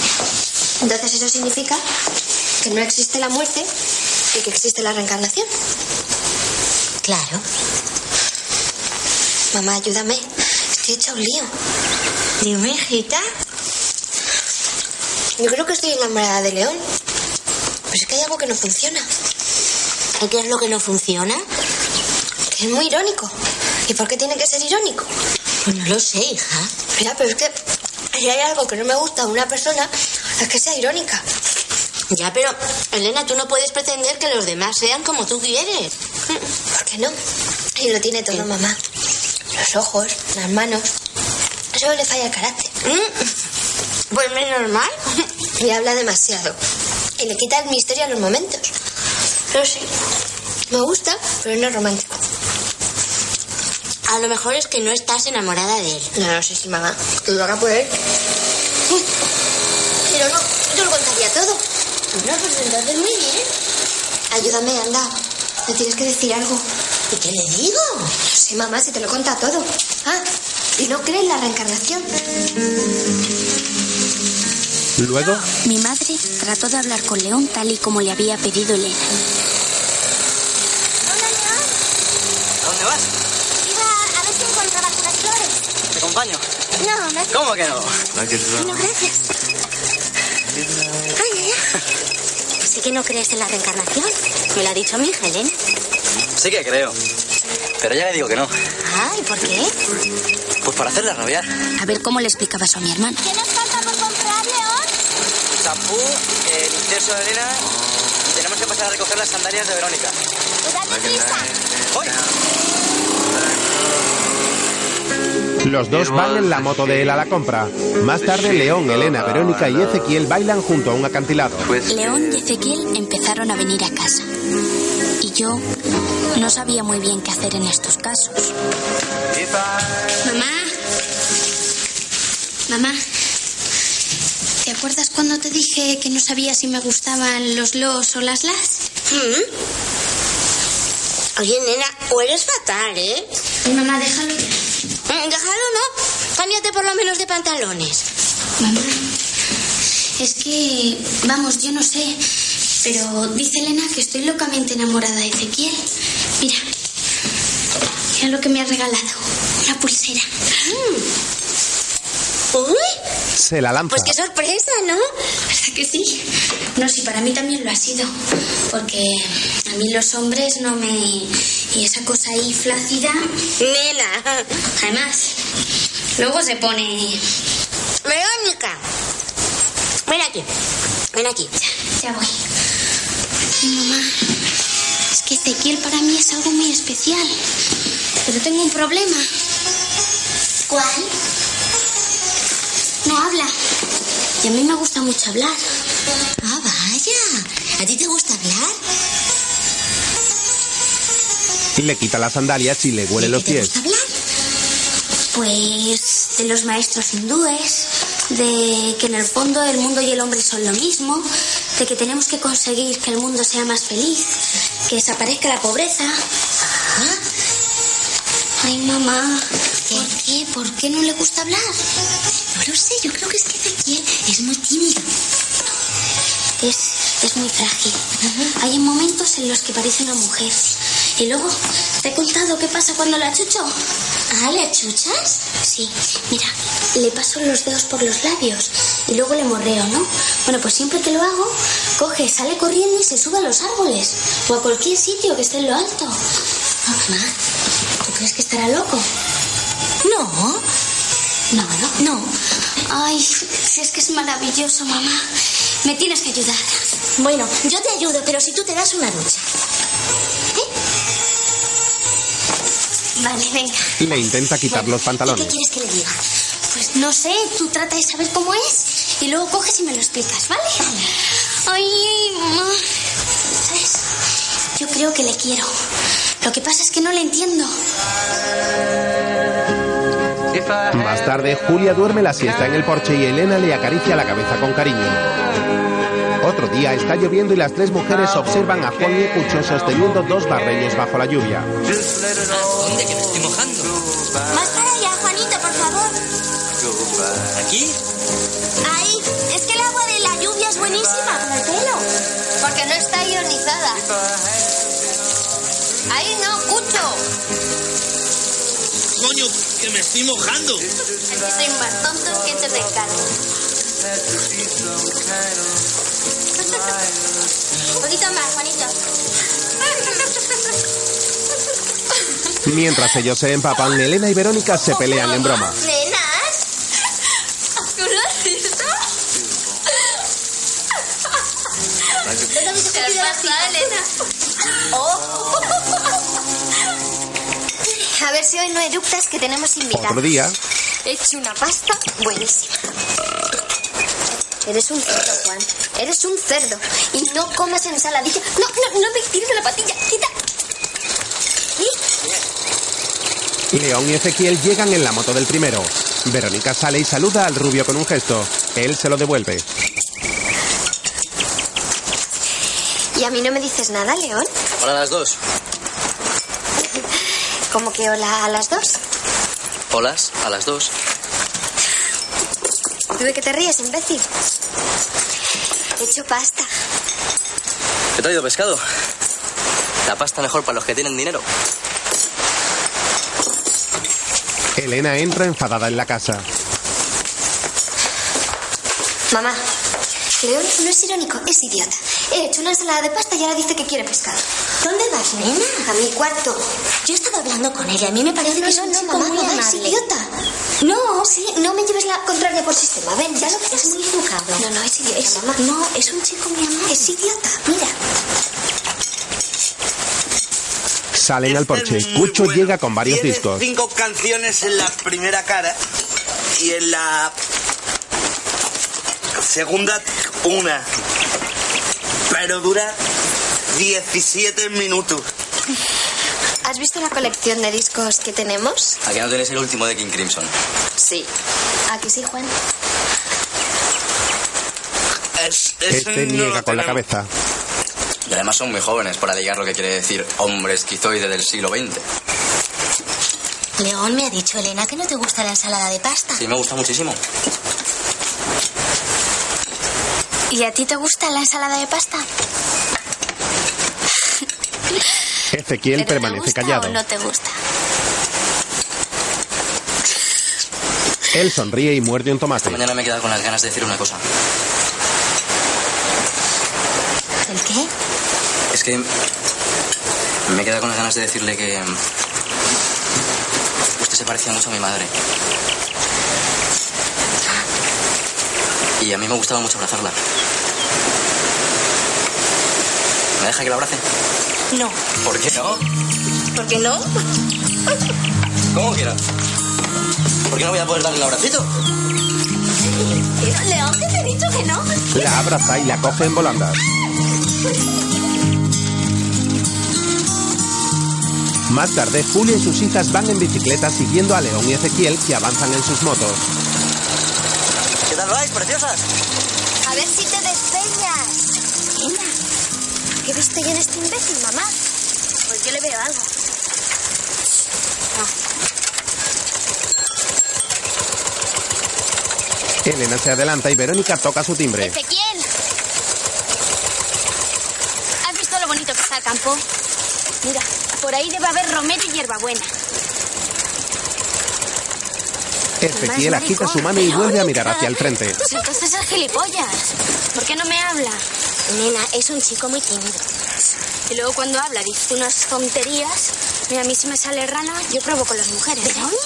S3: Entonces eso significa que no existe la muerte y que existe la reencarnación. Claro. Mamá, ayúdame. Estoy hecha un lío. Dime, hijita. Yo creo que estoy enamorada de León. Pero es que hay algo que no funciona. ¿Y qué es lo que no funciona? Que es muy irónico. ¿Y por qué tiene que ser irónico? Pues no lo sé, hija. Mira, pero es que Si hay algo que no me gusta de una persona, es que sea irónica.
S15: Ya, pero, Elena, tú no puedes pretender que los demás sean como tú quieres.
S3: ¿Por qué no? Y lo tiene todo, mamá. Los ojos, las manos. Solo le falla el carácter.
S15: Pues menos mal.
S3: Y habla demasiado. Y le quita el misterio a los momentos. No sé. Me gusta, pero no es romántico.
S15: A lo mejor es que no estás enamorada de él.
S3: No, no sé si mamá. Tú lo haga por él. Pero no, yo lo contaría todo.
S15: No, pues entonces muy bien.
S3: Ayúdame, anda. Me tienes que decir algo.
S15: ¿Y qué le digo?
S3: No sé, mamá, si te lo cuenta todo. Ah, y no crees en la reencarnación.
S1: Luego,
S7: Mi madre trató de hablar con León tal y como le había pedido Elena.
S2: Hola, León.
S6: ¿A dónde vas?
S2: Iba a ver si encontrabas unas flores.
S6: Te acompaño.
S2: No, no.
S6: ¿Cómo que no?
S2: No, gracias.
S15: Ay, ay, ay. Sé que no crees en la reencarnación. Me lo ha dicho mi hija, Elena.
S6: Sí que creo. Pero ya le digo que no.
S15: Ay, ¿por qué?
S6: Pues para hacerla rabiar.
S7: A ver cómo le explicaba eso a mi hermana.
S2: ¿Qué nos falta por comprar, León?
S6: Champú, el incienso de arena. Y tenemos que pasar a recoger las sandalias de Verónica.
S2: Pues date prisa.
S6: ¡Voy!
S1: los dos van en la moto de él a la compra. Más tarde, León, Elena, Verónica y Ezequiel bailan junto a un acantilado.
S7: León y Ezequiel empezaron a venir a casa. Y yo no sabía muy bien qué hacer en estos casos.
S15: Mamá. Mamá.
S7: ¿Te acuerdas cuando te dije que no sabía si me gustaban los los o las las?
S15: Mm. Oye, nena, o eres fatal, ¿eh?
S7: Ay, mamá, déjalo. ya.
S15: Mm, Déjalo, ¿no? Cámbiate por lo menos de pantalones.
S7: Mamá, es que, vamos, yo no sé, pero dice Elena que estoy locamente enamorada de Ezequiel. Mira, mira lo que me ha regalado, una pulsera.
S15: Mm. Uy,
S1: Se la lanza.
S15: pues qué sorpresa, ¿no?
S7: ¿Verdad que sí? No, sí, para mí también lo ha sido, porque a mí los hombres no me... Y esa cosa ahí flácida,
S15: Nena.
S7: además, luego se pone...
S15: Verónica. Ven aquí. Ven aquí.
S7: Ya voy. Mamá, es que Ezequiel para mí es algo muy especial. Pero tengo un problema. ¿Cuál? No habla. Y a mí me gusta mucho hablar.
S15: Ah, vaya. ¿A ti te gusta hablar?
S1: Le quita las sandalias y le huele los
S7: ¿Te
S1: pies.
S7: gusta hablar? Pues de los maestros hindúes, de que en el fondo el mundo y el hombre son lo mismo, de que tenemos que conseguir que el mundo sea más feliz, que desaparezca la pobreza. ¿Ah? Ay, mamá, ¿por qué? ¿Por qué no le gusta hablar?
S15: No lo sé, yo creo que es que Ezequiel es muy tímido.
S7: Es, es muy frágil. Hay momentos en los que parece una mujer. Y luego, ¿te he contado qué pasa cuando la chucho?
S15: Ah, ¿le chuchas?
S7: Sí, mira, le paso los dedos por los labios y luego le morreo, ¿no? Bueno, pues siempre que lo hago, coge, sale corriendo y se sube a los árboles o a cualquier sitio que esté en lo alto. No, mamá, ¿tú crees que estará loco?
S15: No.
S7: No, no, no. Ay, si es que es maravilloso, mamá. Me tienes que ayudar.
S15: Bueno, yo te ayudo, pero si tú te das una ducha.
S7: ¿Eh? Vale, venga.
S1: Le intenta quitar los
S7: ¿Y qué
S1: pantalones.
S7: quieres que le diga? Pues no sé, tú trata de saber cómo es y luego coges y me lo explicas, ¿vale? Ay, mamá. ¿Sabes? Yo creo que le quiero. Lo que pasa es que no le entiendo.
S1: Más tarde, Julia duerme la siesta en el porche y Elena le acaricia la cabeza con cariño. Otro día está lloviendo y las tres mujeres observan a Juan y Cucho sosteniendo dos barreños bajo la lluvia.
S6: ¿Dónde? Que me estoy mojando.
S2: Más para
S7: ah,
S2: allá, Juanito, por favor.
S6: ¿Aquí?
S2: Ahí. Es que el agua de la lluvia es buenísima para el pelo.
S3: Porque no está ionizada.
S2: Ahí no, Cucho.
S16: Coño, que me estoy mojando.
S2: Soy más tonto que te encargo. Un poquito más, Juanito.
S1: Mientras ellos se empapan, Elena y Verónica se pelean en broma.
S2: Nenas. pasa, Elena?
S3: Oh. A ver si hoy no eructas que tenemos invitados.
S1: Otro día,
S3: He hecho una pasta buenísima. Eres un cerdo, Juan. Eres un cerdo. Y no comas ensaladilla. No, no, no me tires de la patilla. Quita.
S1: León y Ezequiel llegan en la moto del primero. Verónica sale y saluda al rubio con un gesto. Él se lo devuelve.
S3: ¿Y a mí no me dices nada, León?
S6: Hola a las dos.
S3: Como que hola a las dos.
S6: Holas a las dos.
S3: ¿Tú de qué te ríes, imbécil? He hecho pasta.
S6: Te he traído pescado. La pasta mejor para los que tienen dinero.
S1: Elena entra enfadada en la casa.
S3: Mamá, León no es irónico, es idiota. He hecho una ensalada de pasta y ahora dice que quiere pescado. ¿Dónde vas, nena? A mi cuarto. Yo estaba hablando con ella. A mí me parece que es un chico
S7: muy
S3: es
S7: amable.
S3: idiota. No, sí, no me lleves la contraria por sistema. Ven, ya lo que es muy educado. No, no, es idiota, mamá. No, es un chico muy amable. Es idiota. Mira.
S1: Salen al porche. Cucho llega con varios
S5: Tiene
S1: discos.
S5: cinco canciones en la primera cara y en la segunda una. Pero dura 17 minutos.
S3: ¿Has visto la colección de discos que tenemos?
S6: Aquí no tienes el último de King Crimson.
S3: Sí. Aquí sí, Juan.
S5: Es,
S1: Este niega con la cabeza.
S6: Y además son muy jóvenes para ligar lo que quiere decir hombre esquizoide del siglo XX.
S7: León me ha dicho, Elena, que no te gusta la ensalada de pasta.
S6: Sí, me gusta muchísimo.
S7: ¿Y a ti te gusta la ensalada de pasta?
S1: Ezequiel
S7: ¿Pero te
S1: permanece
S7: gusta
S1: callado.
S7: o no te gusta?
S1: Él sonríe y muerde un tomate.
S6: Mañana me he quedado con las ganas de decir una cosa.
S7: ¿El qué?
S6: Es que me he quedado con las ganas de decirle que mm, usted se parecía mucho a mi madre. Y a mí me gustaba mucho abrazarla. ¿Me deja que la abrace?
S7: No.
S6: ¿Por qué no?
S7: ¿Por qué no?
S6: ¿Cómo que no? ¿Por qué no voy a poder darle el abracito?
S7: León, que te he dicho que no.
S1: La abraza y la coge en volandas. Más tarde, Julia y sus hijas van en bicicleta siguiendo a León y Ezequiel que avanzan en sus motos.
S6: ¿Qué tal vais, preciosas?
S3: A ver si te despeñas. Elena, ¿qué viste yo en este imbécil, mamá? Pues yo le veo algo.
S1: Elena se adelanta y Verónica toca su timbre.
S2: Ezequiel. ¿Has visto lo bonito que está el campo? Mira, por ahí debe haber romero y hierbabuena.
S1: Ezequiel agita su mano y vuelve a mirar hacia el frente.
S2: Pues entonces es gilipollas. ¿Por qué no me habla? Nena, es un chico muy tímido. Y luego cuando habla dice unas tonterías. Mira, a mí si me sale rana, yo provoco a las mujeres.
S7: Verónica,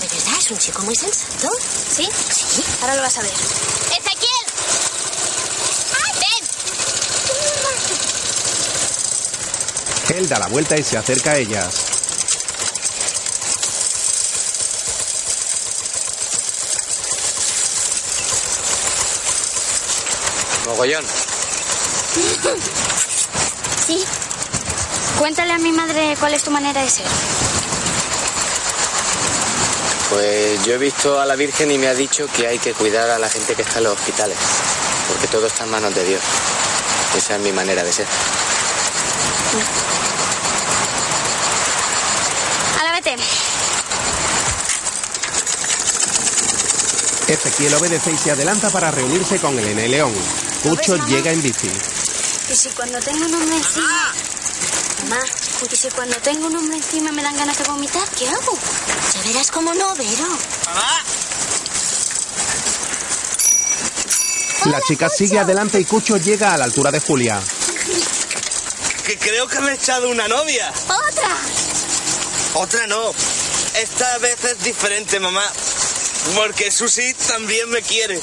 S7: de verdad, es un chico muy sensato.
S2: ¿Sí? Sí. Ahora lo vas a ver. ¡Ezequiel! ¡Ven!
S1: Él da la vuelta y se acerca a ellas.
S6: Mogollón.
S2: Sí. Cuéntale a mi madre cuál es tu manera de ser.
S17: Pues yo he visto a la Virgen y me ha dicho que hay que cuidar a la gente que está en los hospitales, porque todo está en manos de Dios. Esa es mi manera de ser.
S2: Ahora vete.
S1: Ezequiel obedece y se adelanta para reunirse con Elena y León.
S7: Pues
S1: Cucho llega en bici.
S2: Y si cuando tengo un hombre encima... Mamá, y si cuando tengo un hombre encima me dan ganas de vomitar, ¿qué hago?
S7: Ya verás cómo no, Vero.
S1: La chica sigue adelante y Cucho llega a la altura de Julia.
S5: Que creo que me he echado una novia.
S2: ¡Otra!
S5: Otra no. Esta vez es diferente, mamá. Porque Susi también me quiere.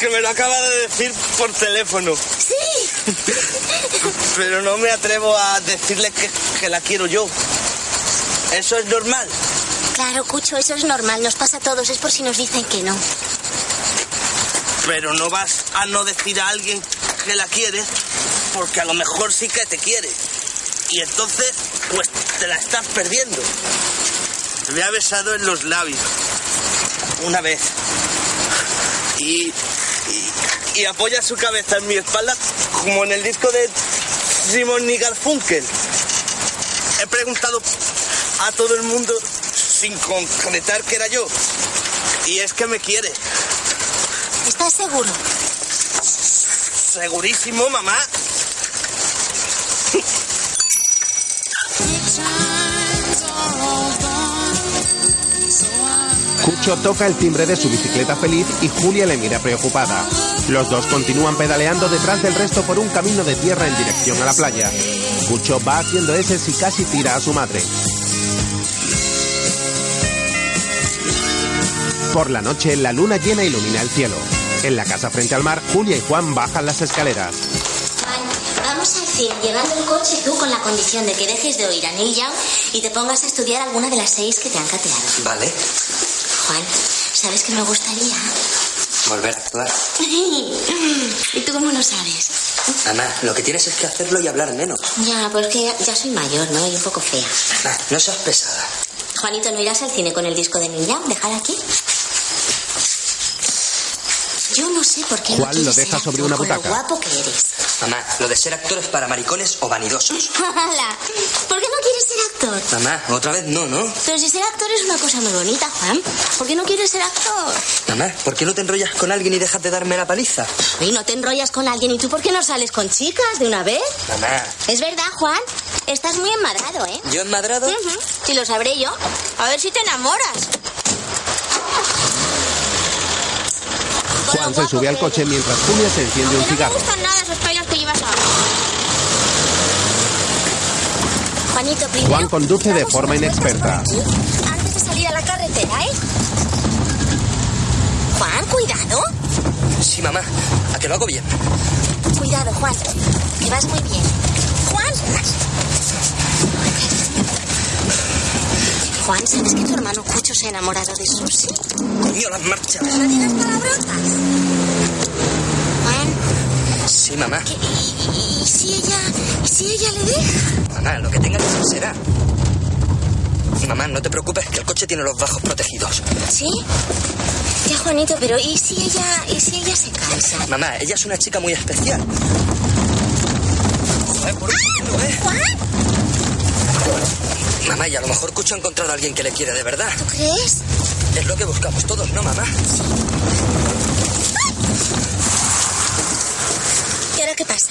S5: Que me lo acaba de decir por teléfono.
S7: Sí.
S5: pero no me atrevo a decirle que, que la quiero yo. Eso es normal.
S7: Claro, Cucho, eso es normal. Nos pasa a todos. Es por si nos dicen que no.
S5: Pero no vas a no decir a alguien que la quieres, porque a lo mejor sí que te quiere. Y entonces, pues te la estás perdiendo. Me ha besado en los labios. Una vez. Y, y, y apoya su cabeza en mi espalda, como en el disco de Simon y Garfunkel. He preguntado a todo el mundo sin concretar que era yo. Y es que me quiere.
S7: ¿Estás seguro?
S5: Segurísimo, mamá.
S1: Cucho toca el timbre de su bicicleta feliz y Julia le mira preocupada. Los dos continúan pedaleando detrás del resto por un camino de tierra en dirección a la playa. Cucho va haciendo ese y casi tira a su madre. Por la noche, la luna llena ilumina el cielo. En la casa frente al mar, Julia y Juan bajan las escaleras.
S7: Juan, vamos al cine llevando el coche tú con la condición de que dejes de oír a Neil Young y te pongas a estudiar alguna de las seis que te han cateado.
S6: Vale.
S7: Juan, ¿sabes qué me gustaría?
S6: Volver a actuar.
S7: ¿Y tú cómo lo sabes?
S6: Ana, lo que tienes es que hacerlo y hablar menos.
S7: Ya, porque ya, ya soy mayor, ¿no? Y un poco fea.
S6: Ana, no seas pesada.
S7: Juanito, ¿no irás al cine con el disco de Neil Young? ¿Dejar aquí? Yo no sé por qué no
S1: Juan lo
S7: quieres ser
S1: deja sobre
S7: actor
S1: una
S7: con
S1: butaca.
S7: Lo guapo que eres.
S6: Mamá, lo de ser actor es para maricones o vanidosos.
S7: Hala, ¿Por qué no quieres ser actor?
S6: Mamá, otra vez no, ¿no?
S7: Pero si ser actor es una cosa muy bonita, Juan. ¿Por qué no quieres ser actor?
S6: Mamá, ¿por qué no te enrollas con alguien y dejas de darme la paliza?
S7: Y no te enrollas con alguien. ¿Y tú por qué no sales con chicas de una vez?
S6: Mamá.
S7: Es verdad, Juan. Estás muy enmadrado, ¿eh?
S6: ¿Yo enmadrado?
S7: Ujú, Si lo sabré yo. A ver si te enamoras.
S1: Juan se sube al coche mientras Julia se enciende un cigarro.
S7: No gustan nada esos pelos que llevas ahora. Juanito, primero,
S1: Juan conduce de forma inexperta.
S7: antes de salir a la carretera, ¿eh? Juan, cuidado.
S6: Sí, mamá, a que lo hago bien.
S7: Cuidado, Juan. Que vas muy bien. Juan. Juan, ¿sabes que tu hermano Cucho se ha enamorado de Susi?
S6: Coño, las marchas.
S7: No digas palabrotas. Juan,
S6: Sí, mamá.
S7: ¿qué- y, y- y si ella, y si ella le deja?
S6: Mamá, lo que tengas será. Mamá, no te preocupes, que el coche tiene los bajos protegidos.
S7: ¿Sí? Ya, Juanito, pero ¿y si ella, y si ella se cansa?
S6: Mamá, ella es una chica muy especial. Joder, por un ¿eh? Mamá, y a lo mejor Cucho ha encontrado a alguien que le quiere de verdad.
S7: ¿Tú crees?
S6: Es lo que buscamos todos, ¿no, mamá?
S7: ¿Y ahora qué pasa?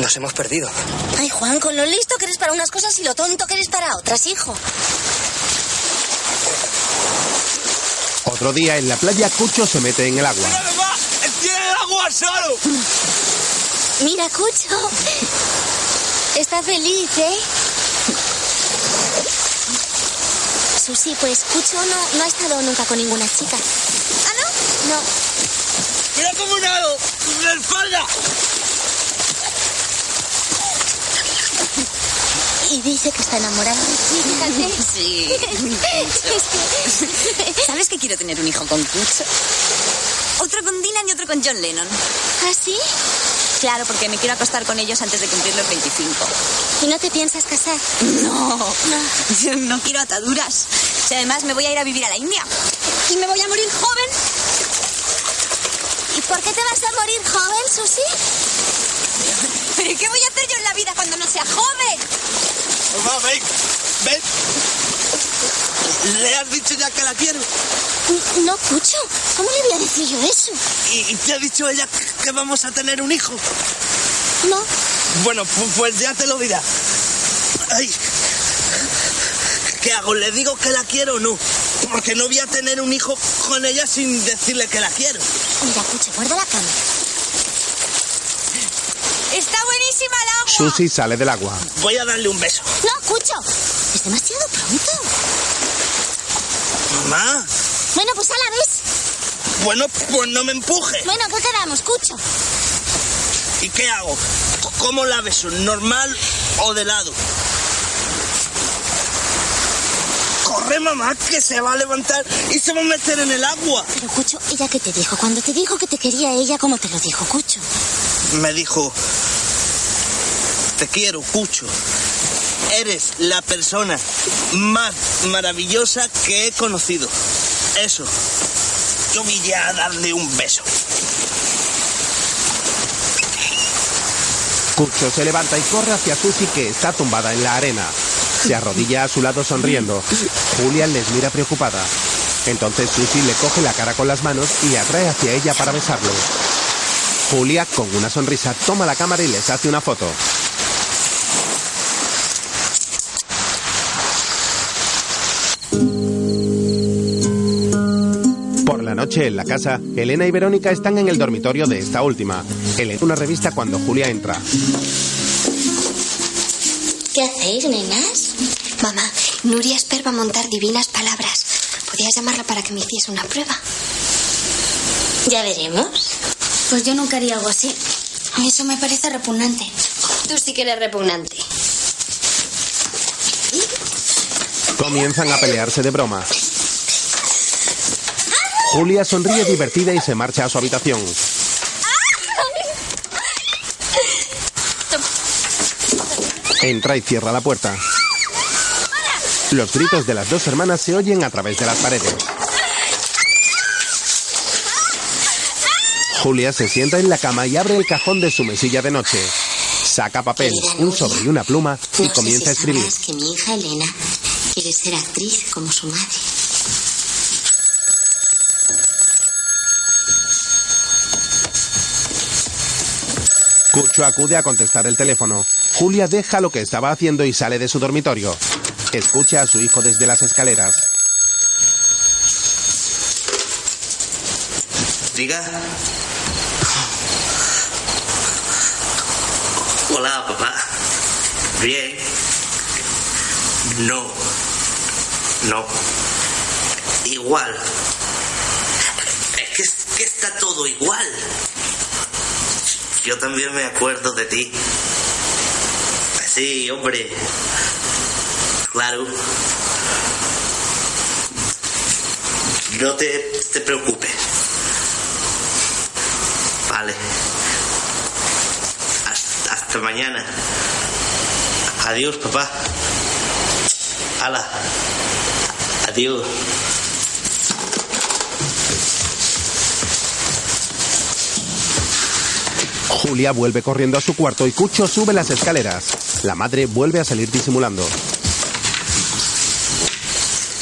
S6: Nos hemos perdido.
S7: Ay, Juan, con lo listo que eres para unas cosas y lo tonto que eres para otras, hijo.
S1: Otro día en la playa, Cucho se mete en el agua.
S16: ¡Mamá! ¡Tiene el agua solo!
S7: Mira, Cucho. Está feliz, ¿eh? Susi, pues Cucho no, no ha estado nunca con ninguna chica. ¿Ah, no? No.
S16: ¡Mira cómo nado! ¡De espalda!
S7: Y dice que está enamorado. Fíjate.
S18: Sí. ¿Sabes que quiero tener un hijo con Cucho? Otro con Dylan y otro con John Lennon.
S7: ¿Ah, sí?
S18: Claro, porque me quiero acostar con ellos antes de cumplir los 25.
S7: ¿Y no te piensas casar?
S18: No, yo no quiero ataduras. Si además me voy a ir a vivir a la India. Y me voy a morir joven.
S7: ¿Y por qué te vas a morir joven, Susi?
S18: ¿Pero ¿y qué voy a hacer yo en la vida cuando no sea joven?
S5: Mamá, ven, ven. Le has dicho ya que la quiero.
S7: No, Cucho. ¿Cómo le voy a decir yo eso?
S5: Y, y te ha dicho ella que vamos a tener un hijo.
S7: No.
S5: Bueno, pu- pues, ya te lo dirá. Ay. ¿Qué hago? ¿Le digo que la quiero o no? Porque no voy a tener un hijo con ella sin decirle que la quiero.
S7: Mira, Cucho, guarda la cama.
S18: Está buenísima la agua.
S1: Susi sale del agua.
S5: Voy a darle un beso.
S7: No, Este Cucho. Es demasiado pronto.
S5: Mamá.
S7: Bueno, pues a la vez.
S5: Bueno, pues no me empuje.
S7: Bueno, ¿qué quedamos, Cucho?
S5: ¿Y qué hago? ¿Cómo la beso? ¿Normal o de lado? Corre, mamá, que se va a levantar y se va a meter en el agua.
S7: Pero Cucho, ¿ella qué te dijo? Cuando te dijo que te quería ella, ¿cómo te lo dijo, Cucho?
S5: Me dijo, te quiero, Cucho. Eres la persona más maravillosa que he conocido. Eso. Yo voy ya a darle un beso.
S1: Cucho se levanta y corre hacia Susi que está tumbada en la arena. Se arrodilla a su lado sonriendo. Julia les mira preocupada. Entonces Susi le coge la cara con las manos y le atrae hacia ella para besarlo. Julia, con una sonrisa, toma la cámara y les hace una foto. Por la noche en la casa, Elena y Verónica están en el dormitorio de esta última. Elena una revista cuando Julia entra.
S7: ¿Qué hacéis, nenas?
S3: Mamá, Nuria Esper va a montar divinas palabras. Podías llamarla para que me hiciese una prueba.
S7: Ya veremos. Pues yo nunca haría algo así. Eso me parece repugnante. Tú sí que eres repugnante.
S1: Comienzan a pelearse de broma. Julia sonríe divertida y se marcha a su habitación. Entra y cierra la puerta. Los gritos de las dos hermanas se oyen a través de las paredes. Julia se sienta en la cama y abre el cajón de su mesilla de noche. Saca papel, un sobre y una pluma y
S7: No
S1: comienza a
S7: sé si
S1: escribir.
S7: sabrás que mi hija Elena quiere ser actriz como su madre.
S1: Cucho acude a contestar el teléfono. Julia deja lo que estaba haciendo y sale de su dormitorio. Escucha a su hijo desde las escaleras.
S5: Diga. Hola, papá. Bien. No. No. Igual. Es que, es que está todo igual. Yo también me acuerdo de ti. Sí, hombre. Claro. No te, te preocupes. Vale. Hasta, hasta mañana. Adiós, papá. Hala. Adiós.
S1: Julia vuelve corriendo a su cuarto y Cucho sube las escaleras. La madre vuelve a salir disimulando.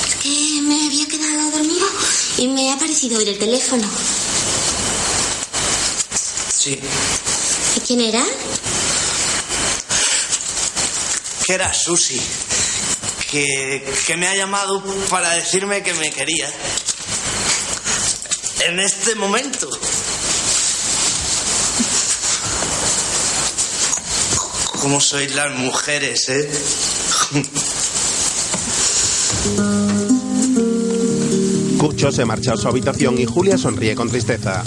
S7: Es que me había quedado dormida y me ha parecido oír el teléfono.
S5: Sí.
S7: ¿Y quién era?
S5: Que era Susi. Que, que me ha llamado para decirme que me quería. En este momento. ¿Cómo sois las mujeres, eh?
S1: Cucho se marcha a su habitación y Julia sonríe con tristeza.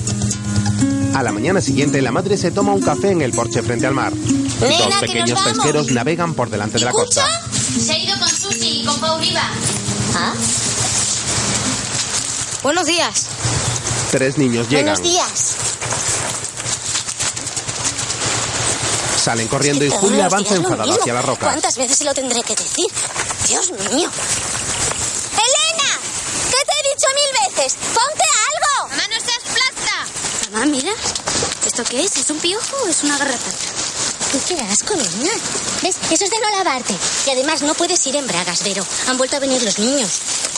S1: A la mañana siguiente, la madre se toma un café en el porche frente al mar.
S2: Nena, que
S1: Dos
S2: nos
S1: pequeños
S2: vamos.
S1: pesqueros navegan por delante de la costa.
S2: Se ha ido con Susi y con Pau Oliva. ¿Ah? Buenos días.
S1: Tres niños llegan,
S2: Buenos días.
S1: salen corriendo y
S7: Todos
S1: Julia
S7: los
S1: avanza
S7: días lo
S1: enfadada
S7: mismo.
S1: hacia la roca.
S7: ¿Cuántas veces se lo tendré que decir? Dios mío.
S2: ¡Elena! ¿Qué te he dicho mil veces? ¡Ponte algo! ¡Mamá, no seas plasta!
S7: Mamá, mira. ¿Esto qué es? ¿Es un piojo o es una garrapata? Tú qué asco, niña. ¿Ves? Eso es de no lavarte. Y además no puedes ir en bragas, Vero. Han vuelto a venir los niños.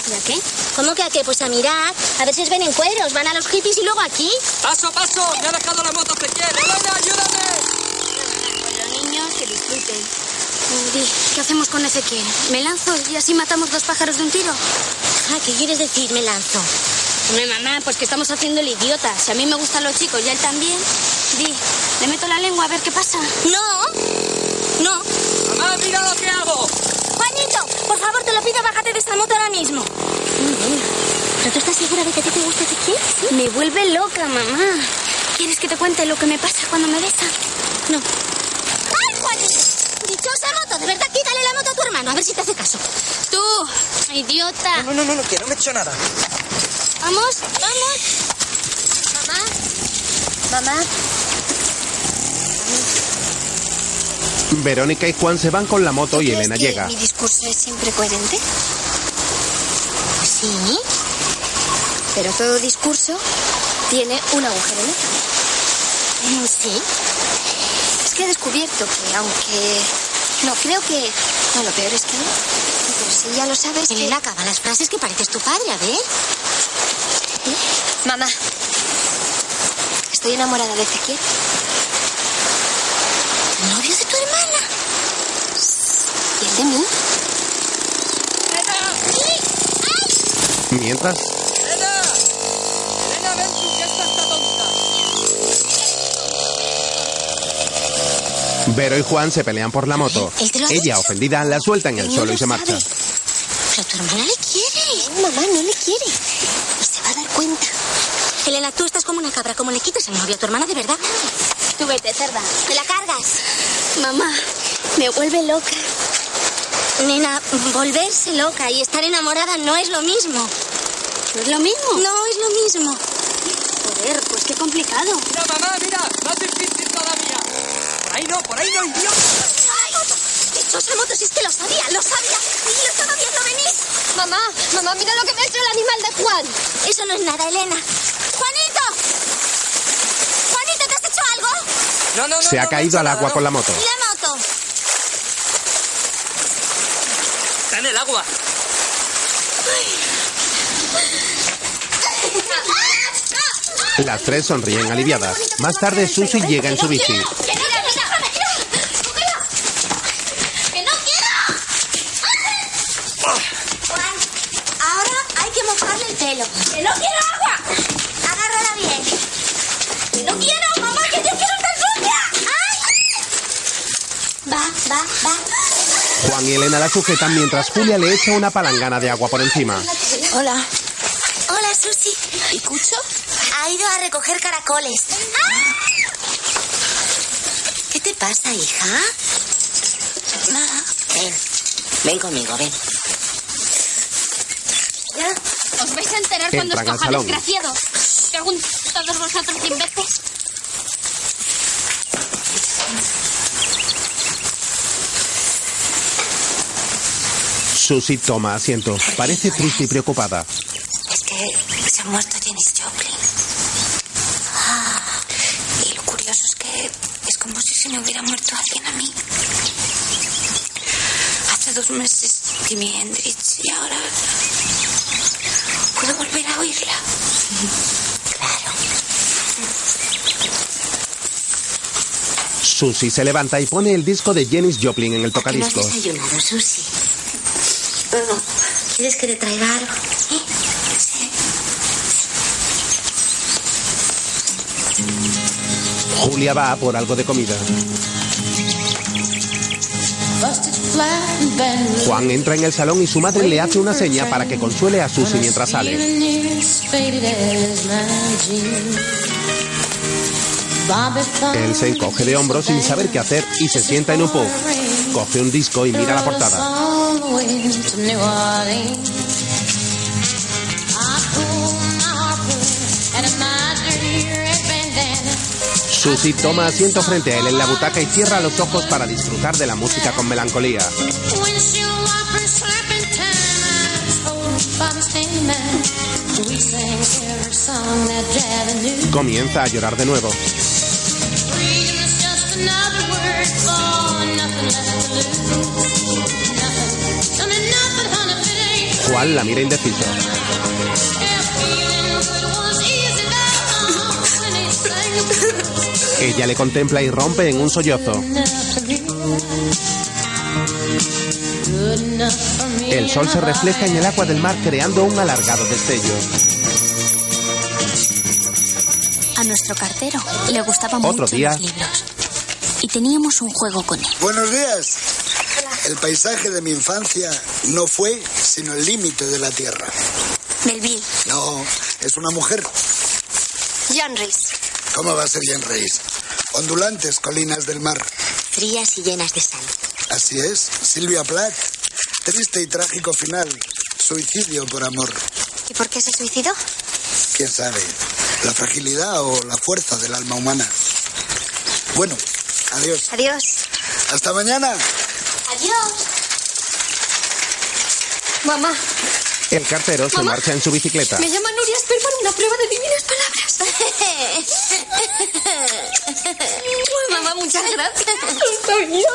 S7: ¿Y a qué? ¿Cómo que a qué? Pues a mirar. A ver si os ven en cueros. Van a los hippies y luego aquí.
S19: ¡Paso, paso! ¡Me ha dejado la moto, Pequier! ¡Elena, ayúdame!
S2: Los niños que disfruten. Di, ¿qué hacemos con Ezequiel? ¿Me lanzo y así matamos dos pájaros de un tiro?
S7: Ah, ¿qué quieres decir? Me lanzo.
S2: Hombre, mamá, pues que estamos haciendo el idiota. Si a mí me gustan los chicos y a él también, di, le meto la lengua a ver qué pasa. No, no.
S19: ¡Mamá, mira lo que hago!
S2: Juanito, por favor, te lo pido, bájate de esta moto ahora mismo.
S7: ¿Pero tú estás segura de que a ti te gusta Ezequiel?
S2: Me vuelve loca, mamá.
S7: ¿Quieres que te cuente lo que me pasa cuando me besa? No.
S3: ¡Ay, Juanín! ¡Dichosa moto! De verdad, quítale la moto a tu hermano, a ver si te hace caso.
S7: Tú, idiota.
S19: No, no, no, no, que no me he hecho nada.
S7: Vamos, vamos.
S3: Mamá,
S1: Verónica y Juan se van con la moto y Elena
S3: ¿crees que
S1: llega.
S3: mi discurso es siempre coherente? Sí. Pero todo discurso tiene un agujero negro. Mm, Sí. Es que he descubierto que aunque... No, creo que... No, lo peor es que no. Pero si ya lo sabes... Elena, acaba las frases que pareces tu padre, a ver. Mamá. Estoy enamorada de Ezequiel. ¿Novio de tu hermana? ¿Y el de mí?
S1: Mientras,
S12: Elena, ven tú, que esta está tonta.
S1: Vero y Juan se pelean por la moto.
S3: ¿Él te lo ha
S1: Ella,
S3: dicho?
S1: ofendida, la suelta en el
S3: Él no
S1: suelo y
S3: lo
S1: se marcha.
S3: Pero tu hermana le quiere. mamá, no le quiere. Y se va a dar cuenta. Elena, tú estás como una cabra. Como le quites el novio a tu hermana, de verdad.
S7: Tú vete, cerda. Te la cargas. Mamá, me vuelve loca. Nena, volverse loca y estar enamorada no es lo mismo. ¿No es lo mismo? No es lo mismo. Joder, pues qué complicado.
S12: Mira, mamá, mira, más difícil todavía. Por ahí no, por ahí no, idiota.
S3: ¡Dichosa moto! Si es que lo sabía, lo sabía. Y lo estaba viendo venir. Mamá, mamá, mira lo que me ha hecho el animal de Juan. Eso no es nada, Elena. ¡Juanito! ¿Juanito, te has hecho algo?
S12: No, no, no.
S1: Se ha caído al agua con la moto.
S3: ¿Y la moto?
S12: Está en el agua.
S1: Las tres sonríen aliviadas. Más tarde, Susi llega en su bici.
S3: ¡Que no, que no, que no! ¡Que no quiero! Juan, ahora hay que mojarle el pelo. ¡Que no quiero agua! Agárrala bien. ¡Que no quiero, mamá, que yo quiero estar sucia! Va, va, va.
S1: Juan y Elena la sujetan mientras Julia le echa una palangana de agua por encima.
S3: Hola. Hola, Susi. ¿Y Cucho? Ha ido a recoger caracoles.
S17: ¡Ah! ¿Qué te pasa, hija? Ven, ven conmigo, ven.
S7: Os vais a enterar cuando os
S17: Entran al
S7: coja,
S17: salón.
S7: desgraciados. Cago en todos vosotros cien veces.
S1: Susi toma asiento. Parece triste y preocupada.
S17: Es que se ha muerto Janis Joplin. Y lo curioso es que es como si se me hubiera muerto alguien a mí. Hace dos meses Jimi Hendrix y ahora puedo volver a oírla.
S1: Susi se levanta y pone el disco de Janis Joplin en el
S17: ¿Qué no has
S1: tocadiscos.
S17: desayunado, Susi? ¿Quieres que te traiga algo?
S3: ¿Eh?
S1: Julia va a por algo de comida. Juan entra en el salón y su madre le hace una seña para que consuele a Susi mientras sale. Él se encoge de hombros sin saber qué hacer y se sienta en un pub. Coge un disco y mira la portada. Susi toma asiento frente a él en la butaca y cierra los ojos para disfrutar de la música con melancolía. Comienza a llorar de nuevo. Juan la mira indeciso. Ella le contempla y rompe en un sollozo. El sol se refleja en el agua del mar creando un alargado destello.
S7: A nuestro cartero le gustaban
S1: Otro
S7: mucho
S1: día.
S7: los libros. Y teníamos un juego con él.
S20: Buenos días. El paisaje de mi infancia no fue sino el límite de la tierra.
S7: Melville.
S20: No, es una mujer.
S7: John Reese.
S20: ¿Cómo va a ser bien Reis? Ondulantes colinas del mar.
S3: Frías y llenas de sal.
S20: Así es, Silvia Plath. Triste y trágico final. Suicidio por amor.
S3: ¿Y por qué se suicidó?
S20: ¿Quién sabe? La fragilidad o la fuerza del alma humana. Bueno, adiós.
S3: Adiós.
S20: Hasta mañana.
S3: Adiós.
S7: Mamá,
S1: El cartero se
S7: Mamá.
S1: marcha en su bicicleta.
S7: me llama Nuria Esper para una prueba de divinas palabras.
S21: Mamá, muchas gracias. Soy yo.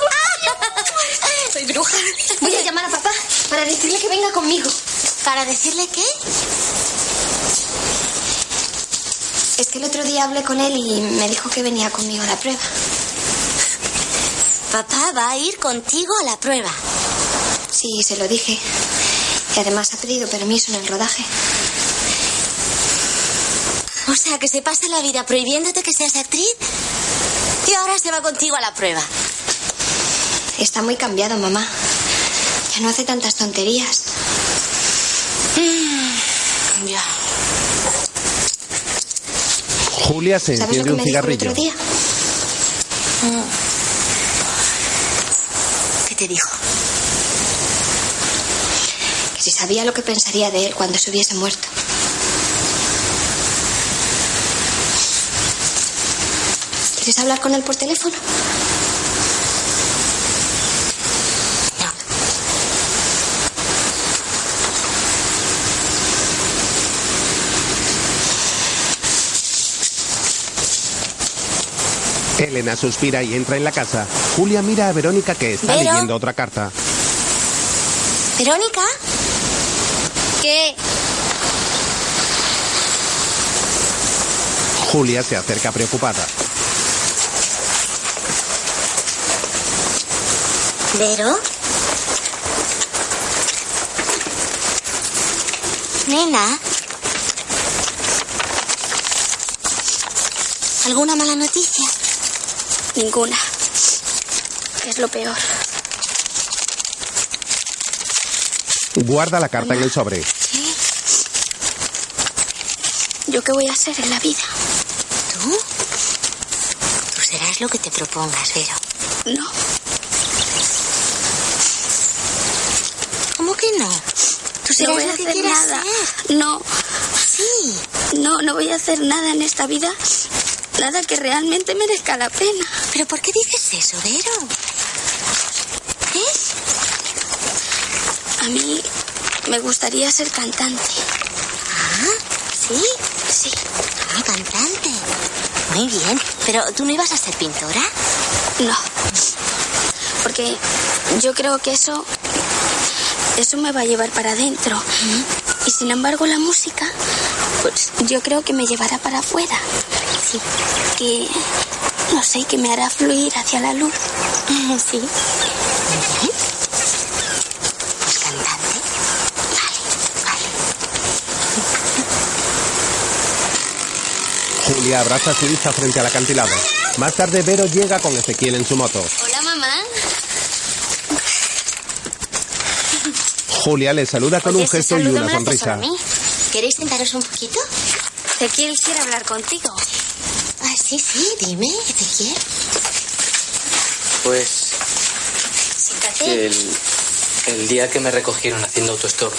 S21: Soy bruja.
S7: Voy a llamar a papá para decirle que venga conmigo.
S3: ¿Para decirle qué?
S7: Es que el otro día hablé con él y me dijo que venía conmigo a la prueba.
S3: Papá va a ir contigo a la prueba.
S7: Sí, se lo dije. Y además ha pedido permiso en el rodaje.
S3: O sea, que se pasa la vida prohibiéndote que seas actriz y ahora se va contigo a la prueba.
S7: Está muy cambiado, mamá. Ya no hace tantas tonterías.
S15: Mm.
S3: Ya.
S1: Julia se
S7: ¿Sabes lo
S1: enciende
S7: que
S1: un
S7: me dijo el otro
S1: cigarrillo.
S7: día?
S3: ¿Qué te dijo?
S7: Que si sabía lo que pensaría de él cuando se hubiese muerto. ¿Quieres hablar con él por teléfono?
S1: Elena suspira y entra en la casa. Julia mira a Verónica que está
S3: Vero.
S1: leyendo otra carta.
S3: ¿Verónica?
S21: ¿Qué?
S1: Julia se acerca preocupada.
S3: ¿Vero? Nena. ¿Alguna mala noticia?
S7: Ninguna. Es lo peor.
S1: Guarda la carta en el sobre.
S7: ¿Yo qué voy a hacer en la vida?
S3: ¿Tú? Tú serás lo que te propongas, Vero.
S7: No.
S3: ¿Cómo que no? Tú serás
S7: voy a
S3: lo que
S7: hacer
S3: quieras
S7: nada.
S3: ser.
S7: No. Sí. No, no voy a hacer nada en esta vida. Nada que realmente merezca la pena.
S3: ¿Pero por qué dices eso, Vero? ¿Eh?
S7: A mí me gustaría ser cantante.
S3: Ah, ¿sí?
S7: Sí.
S3: Ah, cantante. Muy bien. ¿Pero tú no ibas a ser pintora?
S7: No. Porque yo creo que eso. Eso me va a llevar para adentro. Y sin embargo, la música. Pues yo creo que me llevará para afuera.
S3: Sí.
S7: Que. No sé, que me hará fluir hacia la luz.
S3: Sí. Pues cantante.
S1: Julia abraza a su hija frente al acantilado. Más tarde Vero llega con Ezequiel en su moto.
S21: Hola, mamá.
S1: Julia le saluda con
S21: Oye,
S1: un
S21: ese
S1: gesto y
S21: saludo
S1: una
S21: me lo hace
S1: sonrisa.
S21: solo a mí.
S3: ¿Queréis sentaros un poquito?
S21: Ezequiel quiere hablar contigo.
S3: Ah, sí, sí, dime, Ezequiel.
S17: Pues que el, el día que me recogieron haciendo autostop,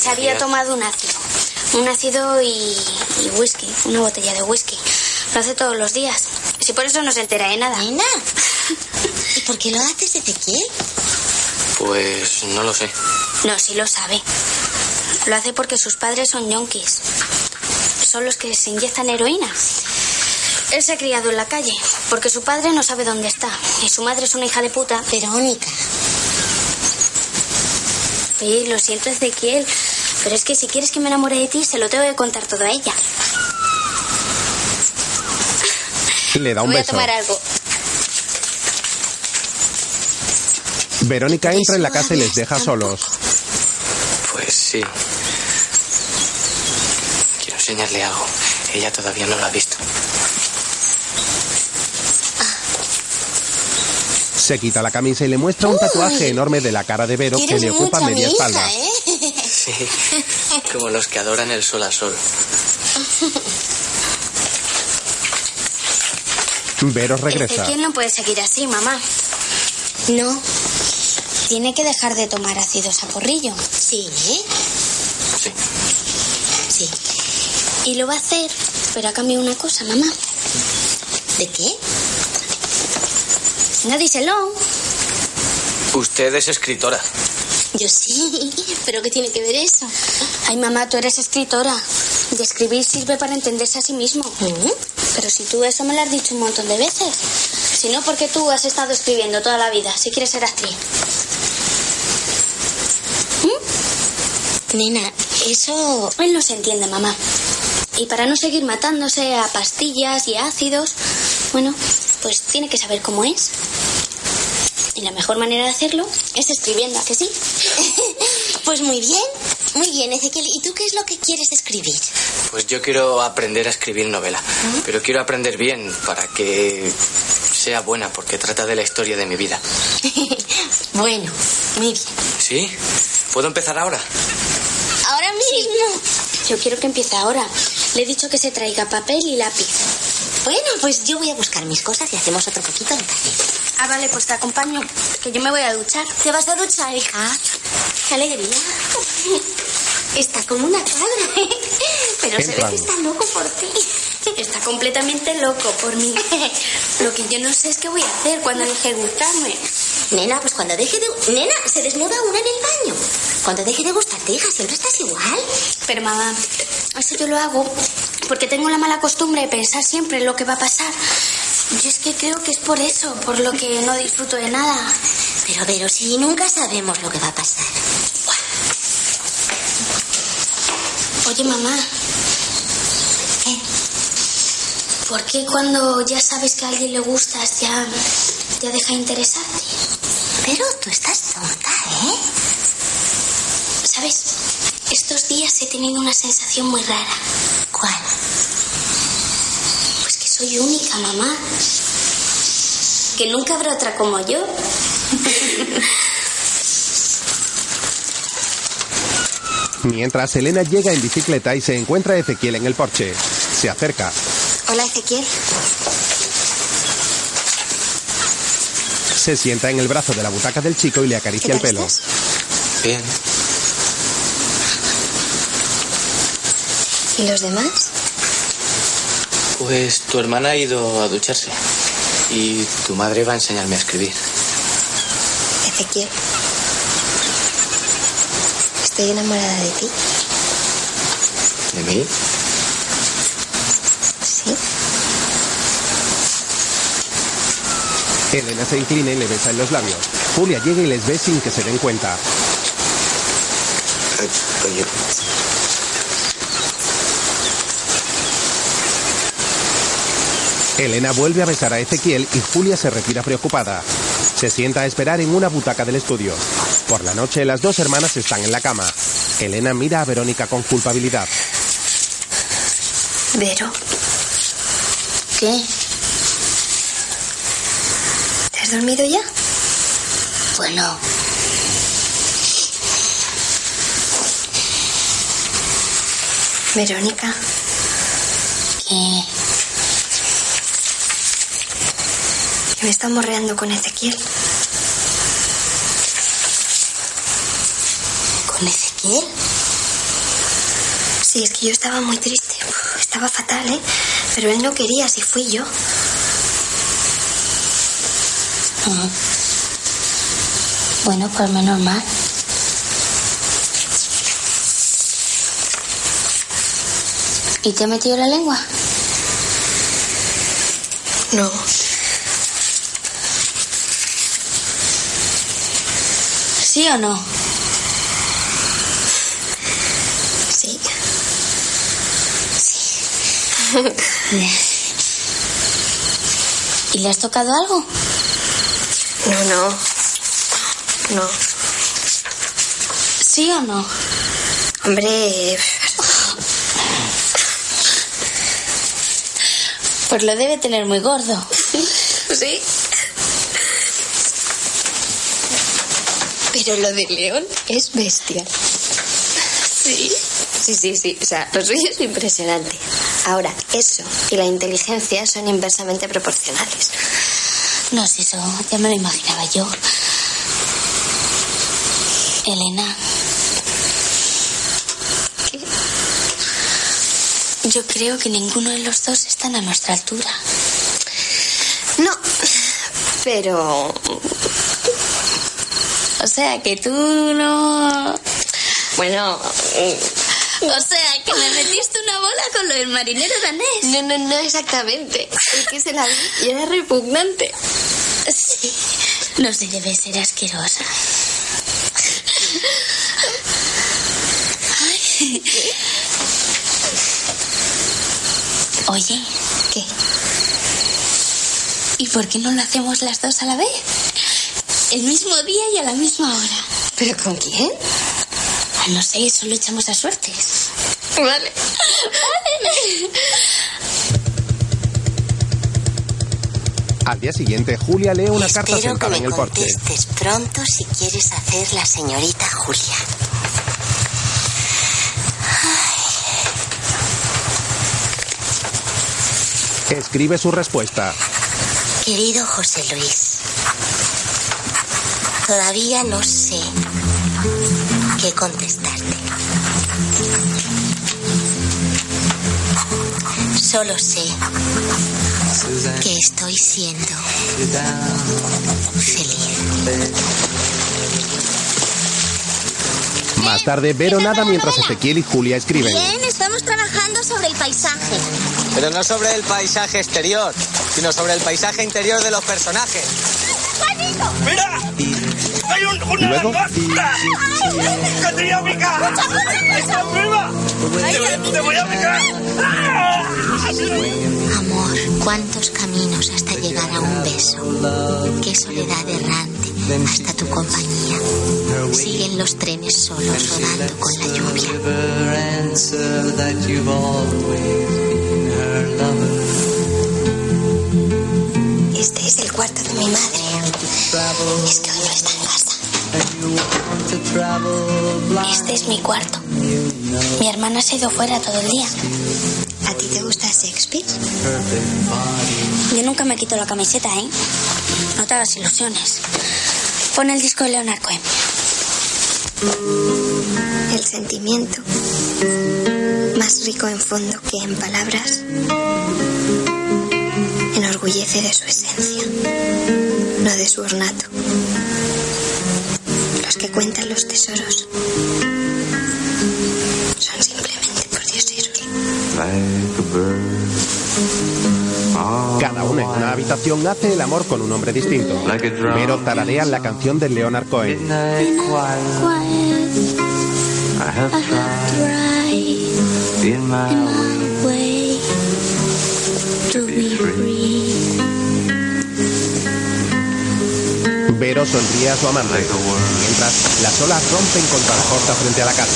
S7: Se había tomado un ácido. Un ácido y, y whisky. Una botella de whisky. Lo hace todos los días. Si por eso no se entera de nada.
S3: Nena. ¿Y por qué lo haces, Ezequiel?
S17: pues no lo sé.
S7: No, sí lo sabe. Lo hace porque sus padres son yonkis. Son los que se inyectan heroína. Él se ha criado en la calle porque su padre no sabe dónde está y su madre es una hija de puta.
S3: Verónica.
S7: Sí, lo siento, Ezequiel, pero es que si quieres que me enamore de ti, se lo tengo que contar todo a ella.
S1: Le da un
S7: Voy
S1: beso.
S7: a tomar algo.
S1: Verónica entra en la casa y les deja solos.
S17: Pues sí. Quiero enseñarle algo. Ella todavía no lo ha visto.
S1: Se quita la camisa y le muestra un tatuaje enorme de la cara de Vero que
S17: Quieres ¿eh?
S1: le ocupa
S17: mucho a mi
S1: media
S17: hija,
S12: eh?
S1: espalda.
S17: Sí. Como los que adoran el sol a sol.
S1: Veros
S2: Es
S1: regresa.
S2: que quién no puede seguir así, mamá.
S7: No. Tiene que dejar de tomar ácido saporrillo. Sí, ¿eh?
S6: Sí.
S7: Sí. Y lo va a hacer, pero a cambio de una cosa, mamá. ¿De qué? No díselo.
S6: Usted es escritora.
S7: Yo sí, pero ¿qué tiene que ver eso? Ay, mamá, tú eres escritora. Y escribir sirve para entenderse a sí mismo. Pero si tú eso me lo has dicho un montón de veces. Si no, porque tú has estado escribiendo toda la vida, si quieres ser actriz. ¿Mm? Nena, eso... Él no se entiende, mamá. Y para no seguir matándose a pastillas y a ácidos, bueno, pues tiene que saber cómo es. Y la mejor manera de hacerlo es escribiendo, ¿a que sí?
S15: Pues muy bien, muy bien, Ezequiel. ¿Y tú qué es lo que quieres escribir?
S17: Pues yo quiero aprender a escribir novela, pero quiero aprender bien para que sea buena, porque trata de la historia de mi vida.
S15: bueno, muy bien.
S17: ¿Sí? ¿Puedo empezar ahora?
S7: Ahora mismo. Yo quiero que empiece ahora. Le he dicho que se traiga papel y lápiz.
S15: Bueno, pues yo voy a buscar mis cosas y hacemos otro poquito de café.
S2: Ah, vale, pues te acompaño, que yo me voy a duchar.
S15: ¿Te vas a duchar, hija? ¡Qué alegría! Está como una cabra.
S2: Pero se ve
S15: Entran.
S2: que está loco por ti. Está completamente loco por mí. Lo que yo no sé es qué voy a hacer cuando deje de gustarme.
S15: Nena, pues cuando deje de... Nena, se desnuda una en el baño. Cuando deje de gustarte, hija, siempre estás igual.
S2: Pero mamá, eso yo lo hago porque tengo la mala costumbre de pensar siempre en lo que va a pasar. Yo es que creo que es por eso, por lo que no disfruto de nada.
S15: Pero, pero, si nunca sabemos lo que va a pasar.
S2: Oye, mamá. ¿Por qué cuando ya sabes que a alguien le gustas ya, ya deja de interesarte?
S15: Pero tú estás tonta, ¿eh?
S2: ¿Sabes? Estos días he tenido una sensación muy rara.
S15: ¿Cuál?
S2: Pues que soy única, mamá. Que nunca habrá otra como yo.
S1: Mientras Elena llega en bicicleta y se encuentra a Ezequiel en el porche. Se acerca.
S3: Hola, Ezequiel.
S1: Se sienta en el brazo de la butaca del chico y le acaricia el pelo.
S17: Bien.
S3: ¿Y los demás?
S17: Pues tu hermana ha ido a ducharse y tu madre va a enseñarme a escribir.
S3: Ezequiel. Estoy enamorada de ti.
S17: ¿De mí?
S3: Sí.
S1: Elena se inclina y le besa en los labios. Julia llega y les ve sin que se den cuenta.
S12: Eh, oye.
S1: Elena vuelve a besar a Ezequiel y Julia se retira preocupada. Se sienta a esperar en una butaca del estudio. Por la noche las dos hermanas están en la cama. Elena mira a Verónica con culpabilidad.
S3: Vero. ¿Qué? ¿Te has dormido ya?
S15: Bueno.
S3: Verónica.
S15: ¿Qué?
S3: Que me está morreando con Ezequiel.
S15: ¿Con Ezequiel?
S3: Sí, es que yo estaba muy triste. Uf, Estaba fatal, ¿eh? Pero él no quería, si fui yo.
S15: Bueno, pues menos mal. ¿Y te ha metido la lengua?
S3: No.
S15: ¿Sí o no?
S3: Sí.
S15: ¿Y le has tocado algo?
S3: No, no. No.
S15: ¿Sí o no?
S3: Hombre.
S15: Pues lo debe tener muy gordo.
S3: Sí. Pero lo de León es bestial. Sí. Sí, sí, sí. O sea, lo suyo es impresionante. Ahora, eso y la inteligencia son inversamente proporcionales.
S7: No, si eso ya me lo imaginaba yo. Elena. Yo creo que ninguno de los dos están a nuestra altura.
S3: No, pero...
S7: O sea que tú no...
S3: Bueno,
S7: O sea, que me metiste una bola con lo del marinero danés.
S3: no, no, no exactamente. Es que se la vi y era repugnante.
S7: Sí. No sé, debe ser asquerosa. Ay. Oye,
S3: ¿Qué?
S7: ¿y por qué no lo hacemos las dos a la vez? El mismo día y a la misma hora.
S3: ¿Pero con quién?
S7: Ah, No sé, solo echamos a suertes.
S3: Vale.
S1: Al día siguiente, Julia lee una
S15: Espero
S1: carta
S15: que
S1: sentada
S15: me
S1: en el porche.
S15: contestes pronto si quieres hacer la señorita Julia.
S1: Escribe su respuesta.
S15: Querido José Luis, todavía no sé qué contestarte. Solo sé que estoy siendo
S1: Más tarde, Vero nada mientras Ezequiel y Julia escriben.
S15: Bien, estamos trabajando sobre el paisaje.
S17: Pero no sobre el paisaje exterior, sino sobre el paisaje interior de los personajes.
S16: ¡Mira! ¡Hay un,
S17: ¿Y
S16: una
S17: luego?
S16: langosta! ¡Que te voy a picar! ¡Está viva! Te voy- ¡Te voy a picar!
S15: Amor, cuántos caminos hasta llegar a un beso. Qué soledad errante hasta tu compañía. Siguen los trenes solos rodando con la lluvia.
S3: Este es el cuarto de mi madre. Es que hoy no está en casa.
S7: Este es mi cuarto. Mi hermana se ha ido fuera todo el día.
S3: ¿A ti te gusta Shakespeare?
S7: Yo nunca me quito la camiseta, ¿eh? No te hagas ilusiones. Pon el disco de Leonard Cohen.
S3: El sentimiento. Más rico en fondo que en palabras. Enorgullece de su esencia, no de su ornato. Los que cuentan los tesoros son simplemente por dioses.
S1: Cada una en una habitación hace el amor con un hombre distinto. Vero tararea la canción de Leonard Cohen. Vero sonríe a su amante, mientras las olas rompen contra la costa frente a la casa.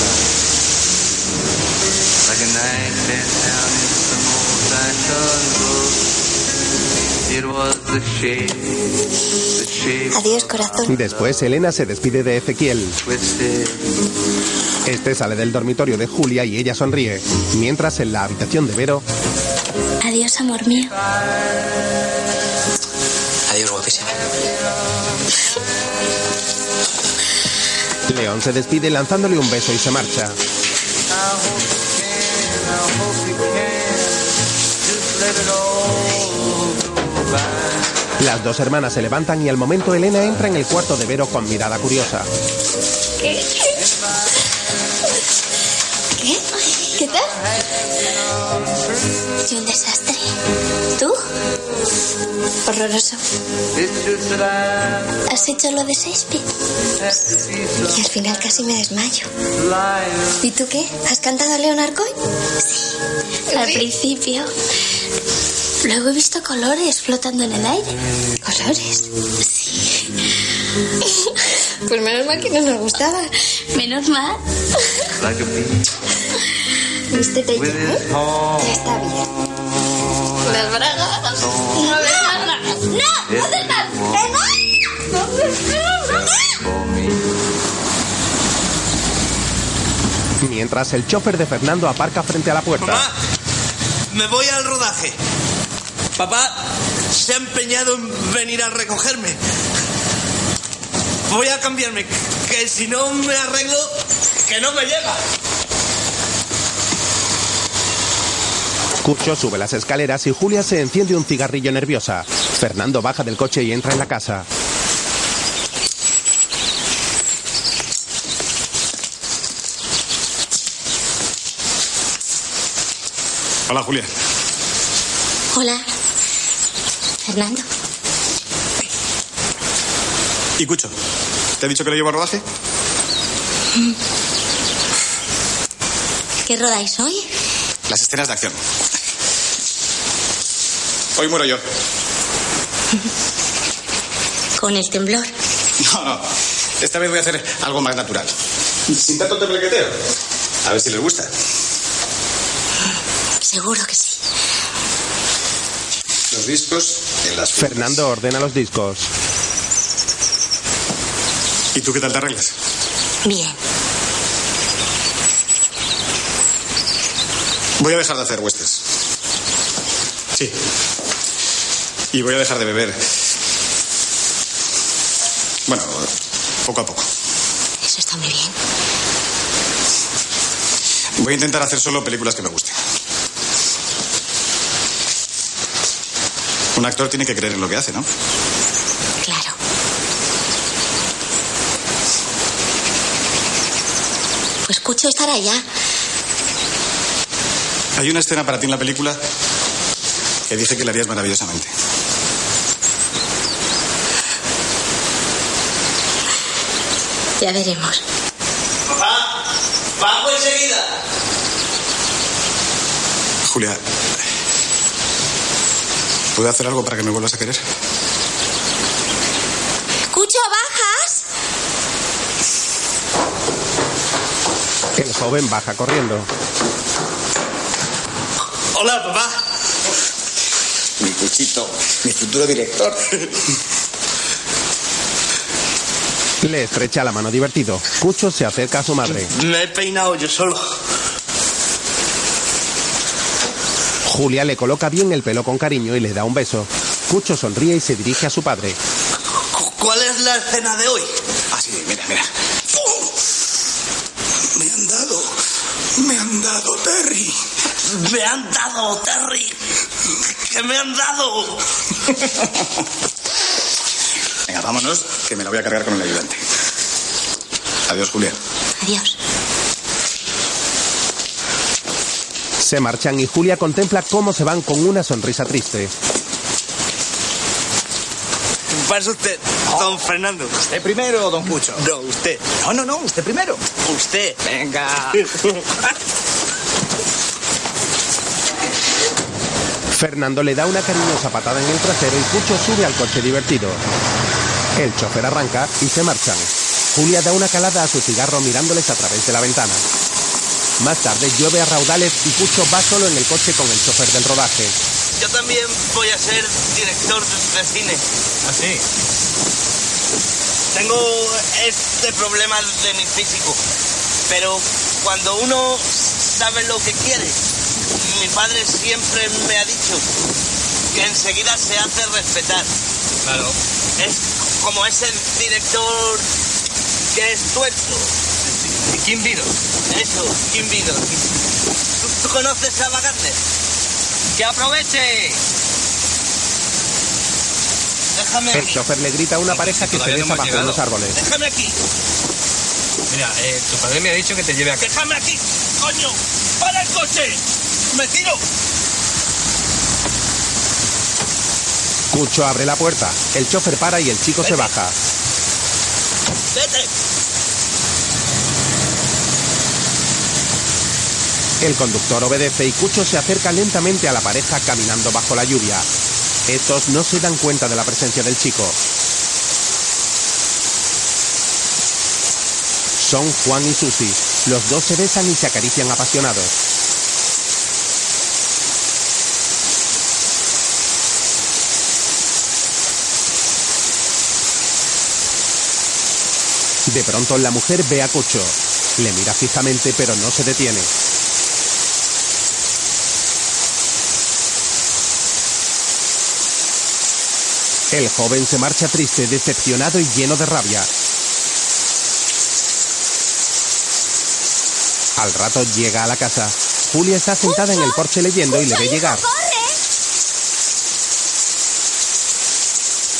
S12: Like a night bent down in some old Dijon book. It was the shape, the shape
S3: Adiós, corazón.
S1: Después, Elena se despide de Ezequiel. Este sale del dormitorio de Julia y ella sonríe, mientras en la habitación de Vero,
S7: Adiós, amor mío.
S6: Adiós, guapísima.
S1: León se despide lanzándole un beso y se marcha. Las dos hermanas se levantan y al momento Elena entra en el cuarto de Vero con mirada curiosa.
S3: ¿Qué?
S7: ¿Qué? ¿Qué tal? Soy un desastre. ¿Tú?
S3: Horroroso.
S7: ¿Has hecho lo de Shakespeare?
S3: Y al final casi me desmayo. ¿Y tú qué? ¿Has cantado a Leonard Cohen?
S7: Al principio. Luego he visto colores flotando en el aire.
S3: ¿Colores? Pues menos mal que no nos gustaba.
S7: Menos mal.
S12: like a beach
S3: Vístete ya,
S12: with
S3: ¿eh?
S12: its home.
S3: Ya está bien. Las bragas.
S7: No me ¡No!
S12: It
S1: Mientras el chofer de Fernando aparca frente a la puerta.
S5: me voy al rodaje. Papá se ha empeñado en venir a recogerme. Voy a cambiarme, que si no me arreglo, que no me llega.
S1: Cucho sube las escaleras y Julia se enciende un cigarrillo nerviosa. Fernando baja del coche y entra en la casa.
S4: Hola, Julia.
S7: Hola. Fernando.
S4: ¿Y Cucho? ¿Te ha dicho que lo llevo al rodaje? Mm.
S7: ¿Qué rodáis hoy?
S4: Las escenas de acción. Hoy muero yo.
S7: Con el temblor.
S4: No, no. Esta vez voy a hacer algo más natural. Sin tanto temblequeteo. A ver si les gusta.
S7: Seguro que sí.
S4: Los discos en las...
S1: Fernando ordena los discos.
S4: ¿Y tú qué tal te arreglas?
S7: Bien.
S4: Voy a dejar de hacer huestes. Sí. Y voy a dejar de beber. Bueno, poco a poco.
S7: Eso está muy bien.
S4: Voy a intentar hacer solo películas que me gusten. Un actor tiene que creer en lo que hace, ¿no?
S7: Claro. Pues Cucho estará allá.
S4: Hay una escena para ti en la película que dije que la harías maravillosamente.
S7: Ya veremos.
S5: Papá, bajo enseguida.
S4: Julia, ¿puedo hacer algo para que me vuelvas a querer?
S7: Cucho, bajas.
S1: El joven baja corriendo.
S5: Hola, papá.
S22: Mi cuchito, mi futuro director.
S1: Le estrecha la mano divertido. Cucho se acerca a su madre.
S5: Me he peinado yo solo.
S1: Julia le coloca bien el pelo con cariño y le da un beso. Cucho sonríe y se dirige a su padre.
S5: ¿Cu- ¿Cuál es la escena de hoy?
S4: Así, mira, mira.
S23: Me han dado. Me han dado, Terry.
S5: Me han dado, Terry. Que me han dado.
S4: Venga, vámonos, que me la voy a cargar con el ayudante. Adiós, Julia.
S7: Adiós.
S1: Se marchan y Julia contempla cómo se van con una sonrisa triste.
S5: Pasa usted, don Fernando.
S6: Usted primero, don Cucho.
S5: No, usted.
S6: No, no, no, usted primero.
S5: Usted.
S6: Venga.
S1: Fernando le da una cariñosa patada en el trasero y Cucho sube al coche divertido. El chofer arranca y se marchan. Julia da una calada a su cigarro mirándoles a través de la ventana. Más tarde llueve a raudales y Cucho va solo en el coche con el chofer del rodaje.
S5: Yo también voy a ser director de cine.
S6: ¿Ah, sí?
S5: Tengo este problema de mi físico. Pero cuando uno sabe lo que quiere, mi padre siempre me ha dicho que enseguida se hace respetar.
S6: Claro.
S5: Es como ese director que es tuerto. Kim Vino. Eso, Kim Vino. ¿Tú, tú conoces a Wagner?
S24: ¡Que aproveche!
S5: Déjame
S1: El
S5: aquí.
S1: chofer le grita a una pareja que se
S6: Todavía no
S1: besa
S6: hemos
S1: bajo unos
S6: llegado.
S1: árboles.
S5: Déjame aquí.
S6: Mira, eh, tu padre me ha dicho que te lleve a casa.
S5: Déjame aquí, coño. Para el coche. Me tiro.
S1: Cucho abre la puerta. El chofer para y el chico se baja.
S5: Vete.
S1: El conductor obedece y Cucho se acerca lentamente a la pareja caminando bajo la lluvia. Estos no se dan cuenta de la presencia del chico. Son Juan y Susi. Los dos se besan y se acarician apasionados. De pronto la mujer ve a Cucho. Le mira fijamente pero no se detiene. El joven se marcha triste, decepcionado y lleno de rabia. Al rato llega a la casa. Julia está sentada en el porche leyendo y le ve llegar.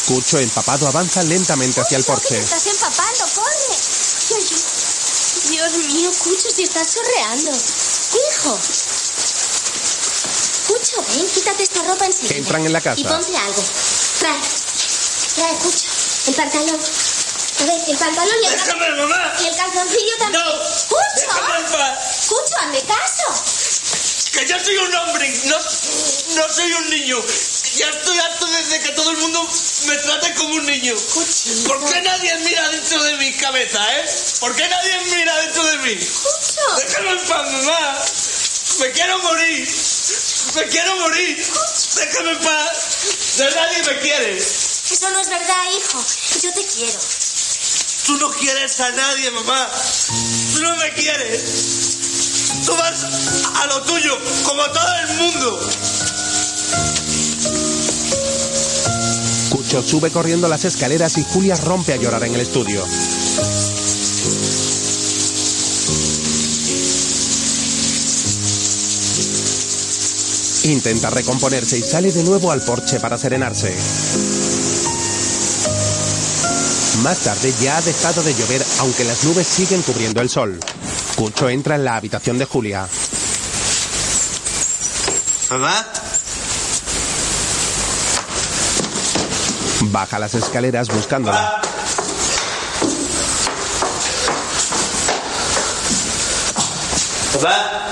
S1: Cucho empapado avanza lentamente hacia el porche.
S7: Estás empapando, corre. Ay, Dios mío, Cucho, si estás chorreando. Hijo. Cucho, ven, quítate esta ropa enseguida.
S1: Entran en la casa.
S7: Y ponte algo. Trae. Trae, Cucho. El pantalón. A ver, el pantalón y el
S5: Déjame, mamá.
S7: Y el calzoncillo también.
S5: No.
S7: Cucho.
S5: Déjame en paz.
S7: Cucho, hazme caso.
S5: Que ya soy un hombre, no, no soy un niño. Ya estoy harto desde que todo el mundo me trate como un niño. ¿Por qué nadie mira dentro de mi cabeza, eh? ¿Por qué nadie mira dentro de mí?
S7: Cucho.
S5: Déjame en paz, mamá. Me quiero morir. Me quiero morir. Déjame en paz. Ya nadie me quiere.
S7: Eso no es verdad, hijo. Yo te quiero.
S5: Tú no quieres a nadie, mamá. Tú no me quieres. Tú vas a lo tuyo, como todo el mundo.
S1: Cucho sube corriendo las escaleras y Julia rompe a llorar en el estudio. Intenta recomponerse y sale de nuevo al porche para serenarse. Más tarde ya ha dejado de llover, aunque las nubes siguen cubriendo el sol. Cucho entra en la habitación de Julia.
S14: ¿Mamá?
S1: Baja las escaleras buscándola.
S14: ¿Mamá?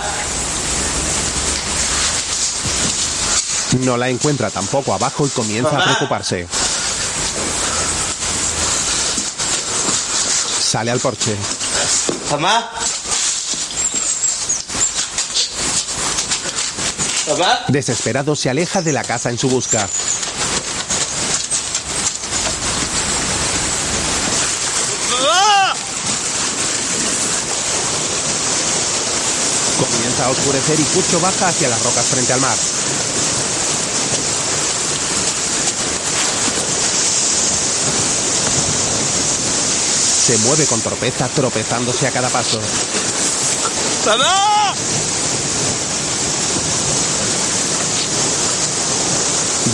S1: No la encuentra tampoco abajo y comienza a preocuparse. Sale al porche.
S14: ¿Mamá? ¿Mamá?
S1: Desesperado se aleja de la casa en su busca.
S5: ¡Mamá!
S1: Comienza a oscurecer y Cucho baja hacia las rocas frente al mar. Se mueve con torpeza, tropezándose a cada paso.
S5: ¡Mamá!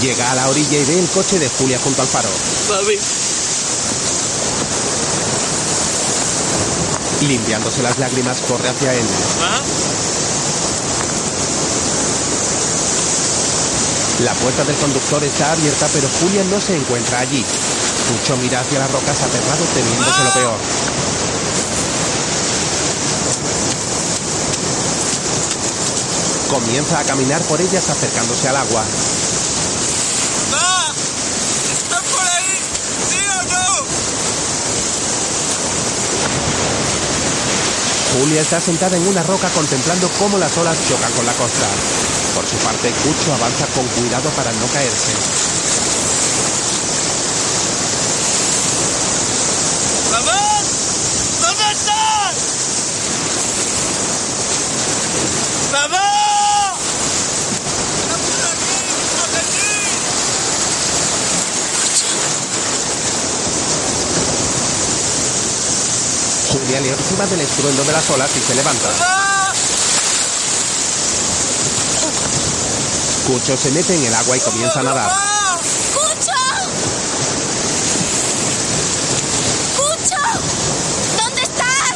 S1: Llega a la orilla y ve el coche de Julia junto al faro.
S5: Mami,
S1: Limpiándose las lágrimas, corre hacia él. La puerta del conductor está abierta, pero Julia no se encuentra allí. Cucho mira hacia las rocas aterrado, temiéndose lo peor. Comienza a caminar por ellas acercándose al agua. Julia está sentada en una roca contemplando cómo las olas chocan con la costa. Por su parte, Cucho avanza con cuidado para no caerse.
S5: mamá, ¿dónde estás? Mamá,
S1: Julia le observa del estruendo de las olas y se levanta. Cucho se mete en el agua y comienza a nadar.
S7: ¡Cucho! ¡Cucho! ¿Dónde estás?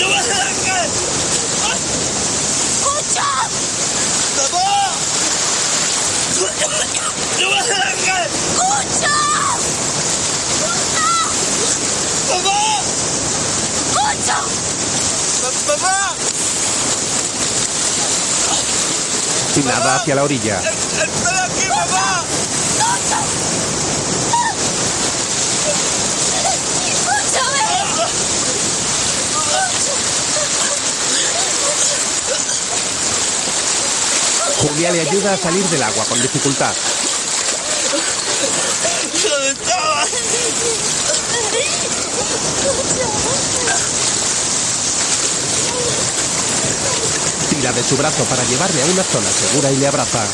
S5: no vas a dejar.
S7: ¡Cucho!
S5: Mamá, no vas a dejar.
S7: ¡Cucho!
S5: Mamá.
S7: ¡Cucho!
S5: Mamá,
S1: Nada hacia la orilla.
S5: estoy aquí, mamá.
S1: Julia le ayuda a salir del agua con dificultad.
S5: ¿Dónde estabas?
S1: Tira de su brazo para llevarle a una zona segura y le abraza.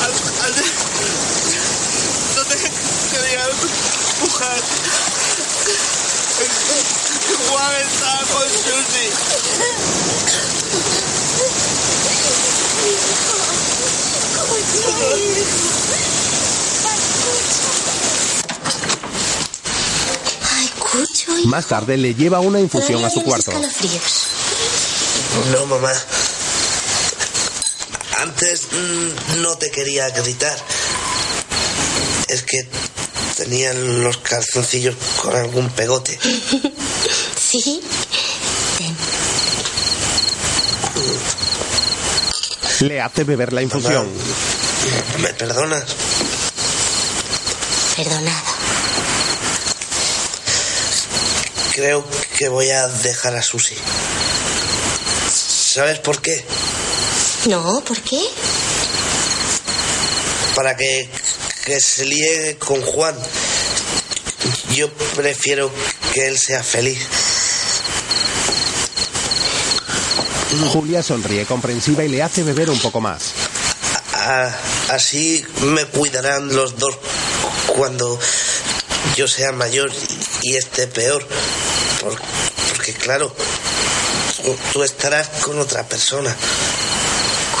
S5: Alcalde, no te quería empujar. Juan estaba con Susi.
S7: Ay, Cucho, hijo.
S1: Más tarde le lleva una infusión
S7: Todavía
S1: a su
S7: tienes
S1: cuarto.
S7: escalofríos.
S14: No, mamá. Antes mm, no te quería gritar. Es que tenía los calzoncillos con algún pegote.
S7: Sí.
S1: Le hace beber la infusión.
S14: ¿Me perdonas?
S7: Perdonado.
S14: Creo que voy a dejar a Susi. ¿Sabes por qué?
S7: No, ¿por qué?
S14: Para que, que se líe con Juan. Yo prefiero que él sea feliz.
S1: Julia sonríe comprensiva y le hace beber un poco más.
S14: A- así me cuidarán los dos cuando yo sea mayor y esté peor. Por- porque claro, tú, tú estarás con otra persona.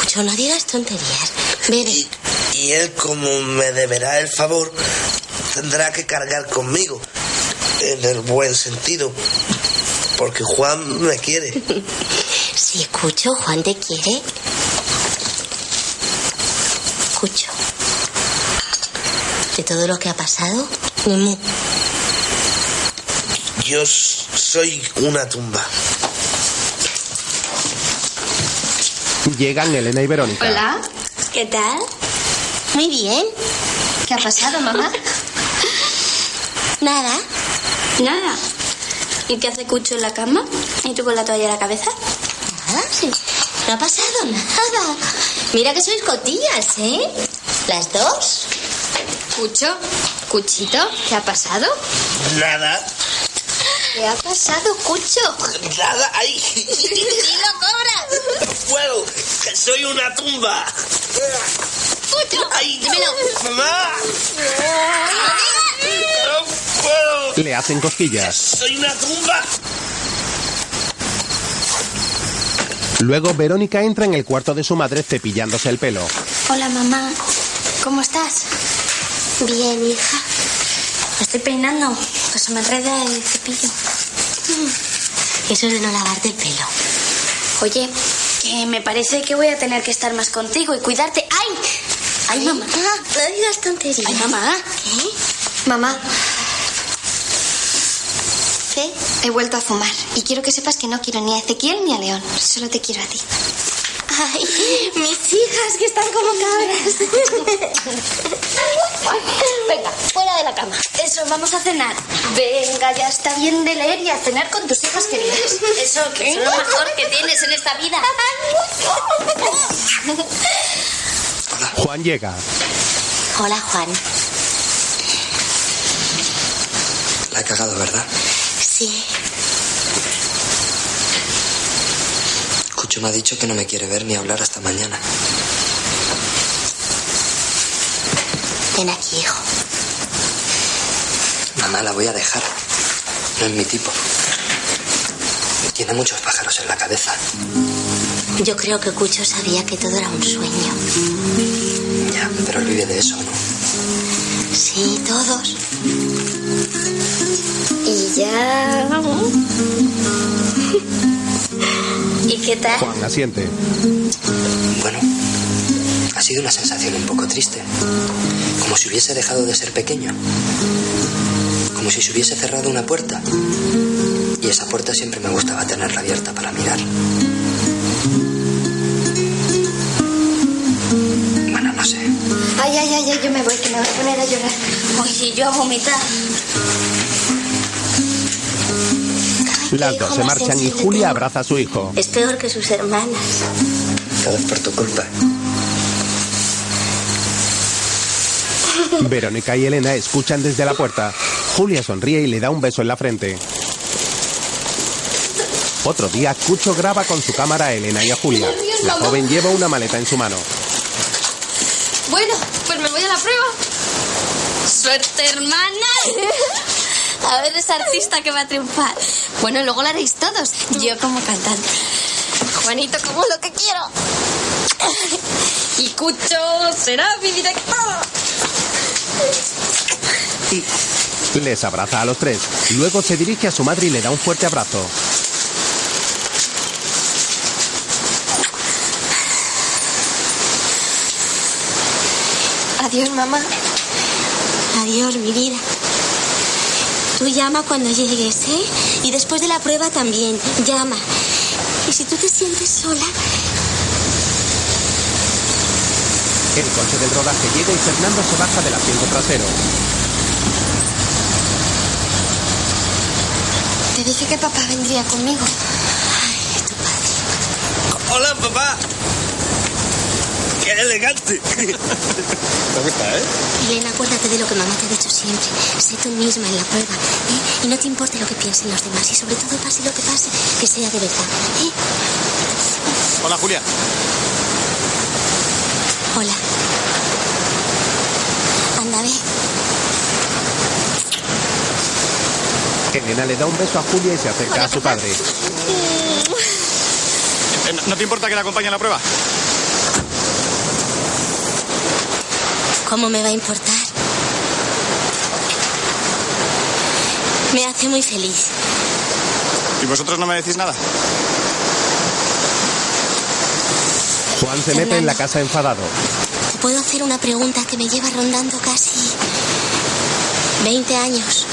S7: Cucho, no digas tonterías. Bebe.
S14: Y él, como me deberá el favor, tendrá que cargar conmigo. En el buen sentido. Porque Juan me quiere.
S7: Sí, Cucho, Juan te quiere. Cucho. De todo lo que ha pasado, Mumu,
S14: Yo s- soy una tumba.
S1: Llegan Elena y Verónica.
S7: Hola, ¿qué tal? Muy bien. ¿Qué ha pasado, mamá? Nada.
S12: Nada. ¿Y qué hace Cucho en la cama? ¿Y tú con la toalla en la cabeza?
S7: Nada, sí. No ha pasado nada. Mira que sois cotillas, ¿eh? Las dos.
S12: Cucho, Cuchito, ¿qué ha pasado?
S14: Nada.
S7: ¿Qué ha pasado, Cucho?
S14: Nada, ahí.
S7: ¡Dilo, cobra!
S14: ¡Puedo! ¡Que soy una tumba!
S7: ¡Cucho! ¡Dímelo!
S14: ¡Mamá! ¡No puedo!
S1: Le hacen cosquillas.
S14: ¡Soy una tumba!
S1: Luego Verónica entra en el cuarto de su madre cepillándose el pelo.
S12: Hola, mamá. ¿Cómo estás?
S7: Bien, hija. Me estoy peinando, pues se me enreda el cepillo. Mm. Eso es de no lavarte el pelo.
S12: Oye, que me parece que voy a tener que estar más contigo y cuidarte. ¡Ay! ¡Ay, mamá!
S7: No digas tonterías.
S12: ¡Ay, mamá!
S7: ¿Eh?
S3: Mamá. ¿Qué? He vuelto a fumar y quiero que sepas que no quiero ni a Ezequiel ni a León. Solo te quiero a ti.
S7: Ay, mis hijas que están como cabras.
S12: Venga, fuera de la cama. Eso, vamos a cenar. Venga, ya está bien de leer y a cenar con tus hijas queridas. Eso, que es lo mejor que tienes en esta vida.
S1: Juan llega.
S7: Hola, Juan.
S14: La he cagado, ¿verdad?
S7: Sí,
S19: Cucho me ha dicho que no me quiere ver ni hablar hasta mañana.
S7: ven aquí, hijo.
S19: Mamá, la voy a dejar. No es mi tipo. Tiene muchos pájaros en la cabeza.
S7: Yo creo que Cucho sabía que todo era un sueño.
S19: Ya, pero él vive de eso, ¿no?
S7: Sí, todos. Y ya.
S12: ¿Y qué tal?
S1: Juan asiente.
S19: Bueno, ha sido una sensación un poco triste. Como si hubiese dejado de ser pequeño. Como si se hubiese cerrado una puerta. Y esa puerta siempre me gustaba tenerla abierta para mirar. Bueno, no sé.
S3: Ay, ay, ay, ay, yo me voy, que me voy a poner a llorar.
S12: Oye, yo a vomitar.
S1: Las dos se marchan y Julia abraza a su hijo.
S7: Es peor que sus hermanas.
S19: Todo es por tu culpa.
S1: Verónica y Elena escuchan desde la puerta. Julia sonríe y le da un beso en la frente. Otro día, Cucho graba con su cámara a Elena y a Julia. La joven lleva una maleta en su mano.
S3: Bueno, pues me voy a la prueba. Suerte, hermana. A ver esa artista que va a triunfar. Bueno, luego la haréis todos. Yo como cantante. Juanito, como lo que quiero. Y Cucho será mi director.
S1: Les abraza a los tres. Luego se dirige a su madre y le da un fuerte abrazo.
S25: Adiós, mamá.
S26: Adiós, mi vida.
S7: Tú llama cuando llegues, ¿eh? Y después de la prueba también, llama. Y si tú te sientes sola,
S1: El coche del rodaje llega y Fernando se baja del asiento trasero.
S25: Te dije que papá vendría conmigo.
S5: Hola, papá. Qué elegante.
S4: Te gusta, ¿eh?
S26: Elena, acuérdate de lo que mamá te ha dicho siempre. Sé tú misma en la prueba, ¿eh? Y no te importe lo que piensen los demás. Y sobre todo, pase lo que pase, que sea de verdad, ¿eh?
S4: Hola, Julia.
S26: Hola.
S7: anda, ve.
S1: Elena le da un beso a Julia y se acerca a su padre.
S4: Eh, ¿No te importa que la acompañe a la prueba?
S7: ¿Cómo me va a importar? Me hace muy feliz.
S4: ¿Y vosotros no me decís nada?
S1: Juan se mete en la casa enfadado.
S7: Te puedo hacer una pregunta que me lleva rondando casi 20 años.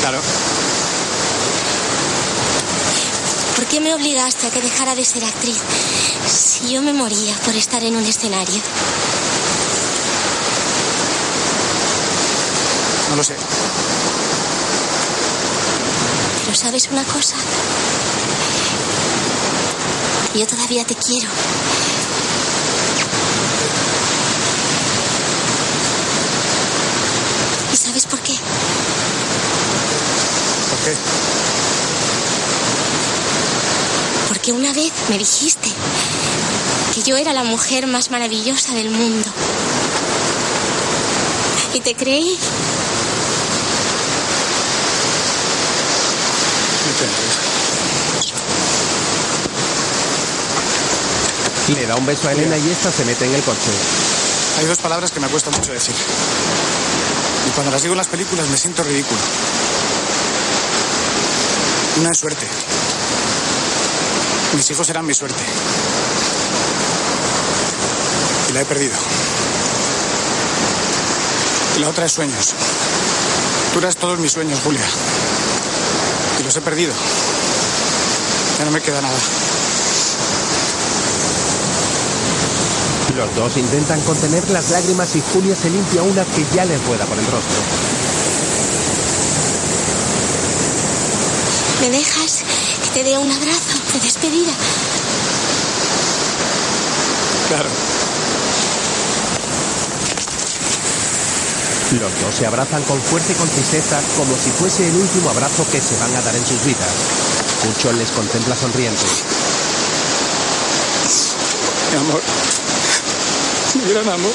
S4: Claro.
S7: ¿Por qué me obligaste a que dejara de ser actriz si yo me moría por estar en un escenario?
S4: No lo sé.
S7: Pero sabes una cosa. Yo todavía te quiero. ¿Y sabes por qué?
S4: ¿Por qué?
S7: Porque una vez me dijiste que yo era la mujer más maravillosa del mundo. Y te creí.
S1: Le da un beso a Elena y esta se mete en el coche.
S4: Hay dos palabras que me cuesta mucho decir. Y cuando las digo en las películas me siento ridículo. Una es suerte. Mis hijos eran mi suerte. Y la he perdido. Y la otra es sueños. Tú eras todos mis sueños, Julia. Y los he perdido. Ya no me queda nada.
S1: Los dos intentan contener las lágrimas y Julia se limpia una que ya le rueda por el rostro.
S7: ¿Me dejas que te dé un abrazo de despedida?
S4: Claro.
S1: Los dos se abrazan con fuerza y con tristeza como si fuese el último abrazo que se van a dar en sus vidas. Cucho les contempla sonriente.
S4: Mi amor. Mi gran amor.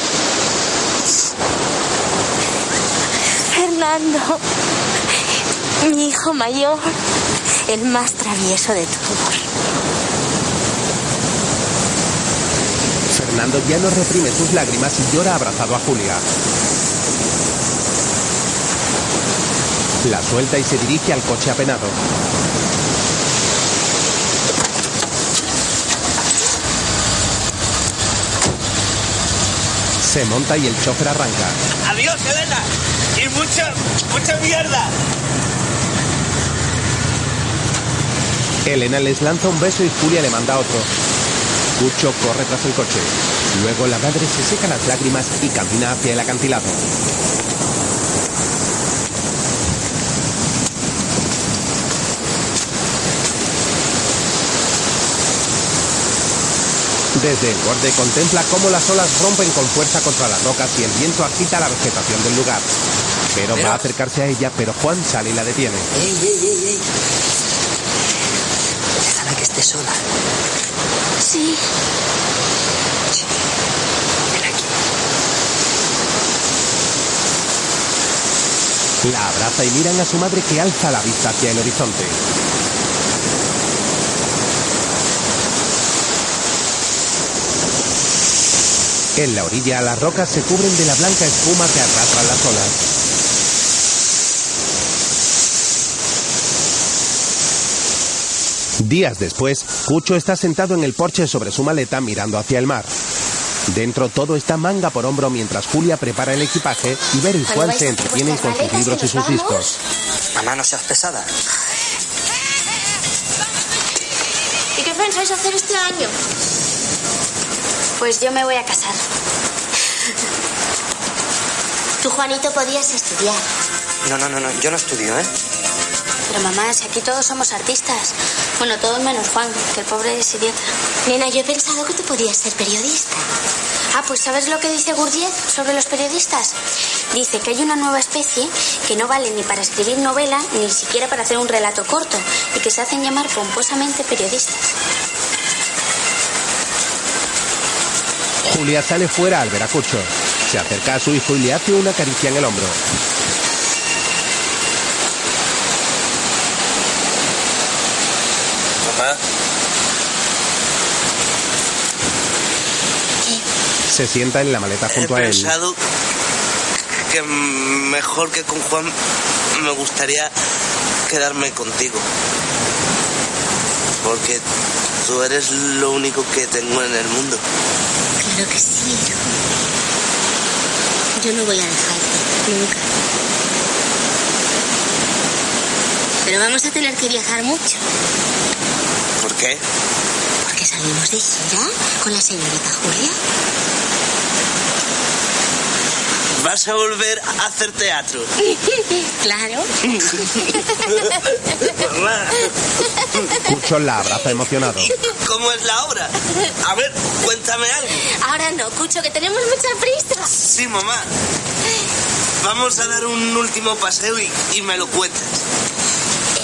S7: Fernando, mi hijo mayor, el más travieso de todos.
S1: Fernando ya no reprime sus lágrimas y llora abrazado a Julia. La suelta y se dirige al coche apenado. Se monta y el chofer arranca.
S5: Adiós, Elena. Y mucha, mucha mierda.
S1: Elena les lanza un beso y Julia le manda otro. Cucho corre tras el coche. Luego la madre se seca las lágrimas y camina hacia el acantilado. Desde el borde contempla cómo las olas rompen con fuerza contra las rocas y el viento agita la vegetación del lugar. Pero va a acercarse a ella, pero Juan sale y la detiene.
S27: ¡Ey, ey, ey, ey!
S17: sola.
S7: Sí.
S1: La abraza y miran a su madre que alza la vista hacia el horizonte. En la orilla las rocas se cubren de la blanca espuma que arrastran las olas. Días después, Cucho está sentado en el porche sobre su maleta mirando hacia el mar. Dentro todo está manga por hombro mientras Julia prepara el equipaje y Vero y
S17: ¿Cuándo
S1: Juan
S17: vais
S1: se
S17: a hacer
S1: entretienen con
S17: vuestras
S1: sus libros y sus
S17: maletas y nos vamos?
S1: discos.
S17: Mamá, no seas pesada.
S2: ¿Y qué pensáis hacer este año?
S7: Pues yo me voy a casar. Tú, Juanito, podías estudiar.
S17: No, no, no, no, yo no estudio, ¿eh?
S2: Pero mamá, si aquí todos somos artistas. Bueno, todos menos Juan, que el pobre es idiota.
S7: Nena, yo he pensado que tú podías ser periodista.
S2: Ah, pues ¿sabes lo que dice Gurdjieff sobre los periodistas? Dice que hay una nueva especie que no vale ni para escribir novela ni siquiera para hacer un relato corto y que se hacen llamar pomposamente periodistas.
S1: Julia sale fuera al ver a Cucho. Se acerca a su hijo y le hace una caricia en el hombro.
S5: Mamá,
S1: Se sienta en la maleta junto
S16: He
S1: a él.
S16: pensado que mejor que con Juan me gustaría quedarme contigo. Porque tú eres lo único que tengo en el mundo.
S7: Claro que sí, hijo. Yo no voy a dejarte, nunca. Pero vamos a tener que viajar mucho,
S16: ¿Por qué?
S7: porque salimos de gira con la señorita Julia.
S16: Vas a volver a hacer teatro.
S7: claro.
S1: Cucho la abraza emocionado.
S16: ¿Cómo es la obra? A ver, cuéntame algo.
S2: Ahora no, Cucho, que tenemos mucha prisa.
S16: Sí, mamá. Vamos a dar un último paseo y, y me lo cuentas.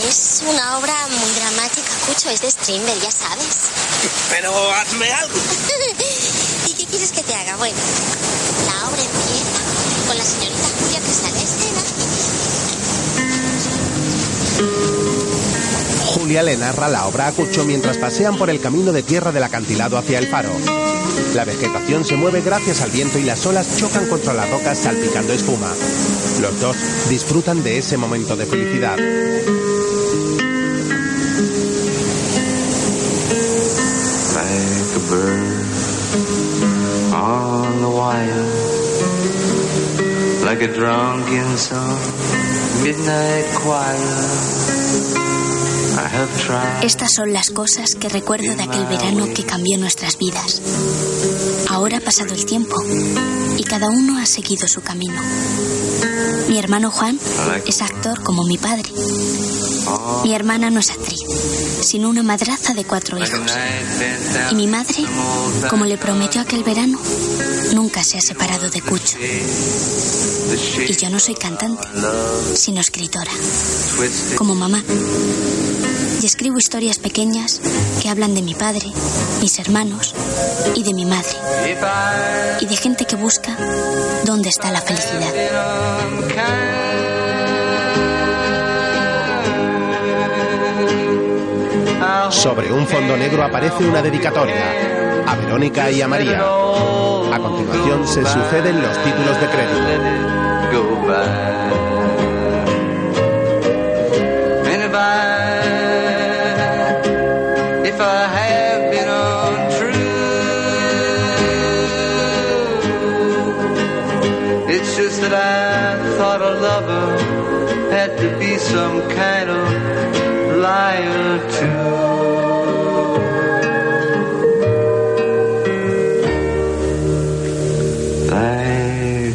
S7: Es una obra muy dramática, Cucho. Es de Strindberg, ya sabes.
S16: Pero hazme algo.
S7: ¿Y qué quieres que te haga? Bueno, la obra empieza con la señorita Julia que sale a escena.
S1: Julia le narra la obra a Cucho mientras pasean por el camino de tierra del acantilado hacia el faro. La vegetación se mueve gracias al viento y las olas chocan contra las rocas salpicando espuma. Los dos disfrutan de ese momento de felicidad.
S12: like a bird on the wire, like a drunken song, midnight choir. I have tried.
S7: Estas son las cosas que recuerdo de aquel verano que cambió nuestras vidas. Ahora ha pasado el tiempo y cada uno ha seguido su camino. Mi hermano Juan es actor como mi padre. Mi hermana no es actriz, sino una madraza de cuatro
S12: Like a
S7: hijos.
S12: night bent down
S7: Y mi madre,
S12: some old
S7: como le prometió aquel verano, nunca se ha separado de Cucho. Y yo no soy cantante, sino escritora,
S12: twisted
S7: como mamá. Y escribo historias pequeñas que hablan de mi padre, mis hermanos y de mi madre. Y de gente que busca dónde está la felicidad.
S1: Sobre un fondo negro aparece una dedicatoria a Verónica y a María. A continuación se suceden los títulos de crédito.
S12: go by. And if I, if I have been untrue, it's just that I thought a lover had to be some kind of liar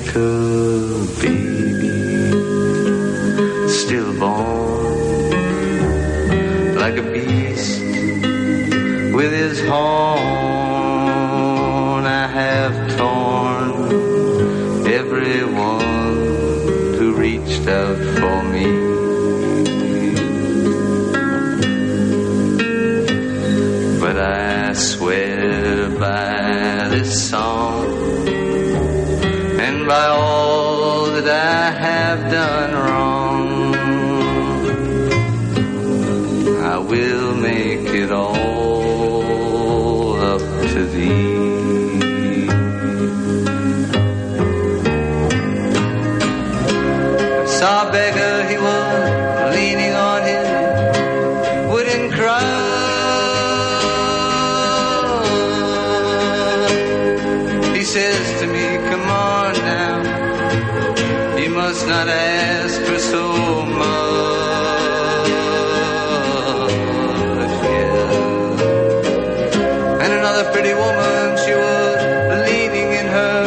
S12: too. Like a baby, stillborn, like a beast with his horn. I have torn everyone who reached out for me. stand by all that I have done wrong. I will make it all up to thee. I saw a beggar, he was leaning on his wooden cross. He says to me, Come on now, you must not ask for so much. Yeah. And another pretty woman, she was leaning in her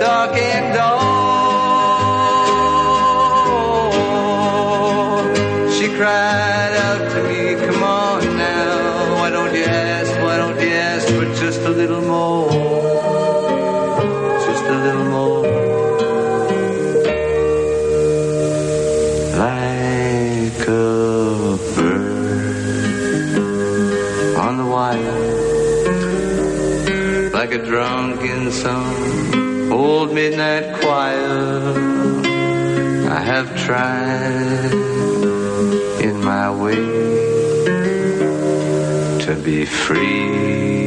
S12: dark and door. She cried out to me, Come on now, why don't you ask, why don't you ask for just a little more? Just a little more. Like a bird on the wire, like a drunk in some old midnight choir. I have tried in my way to be free.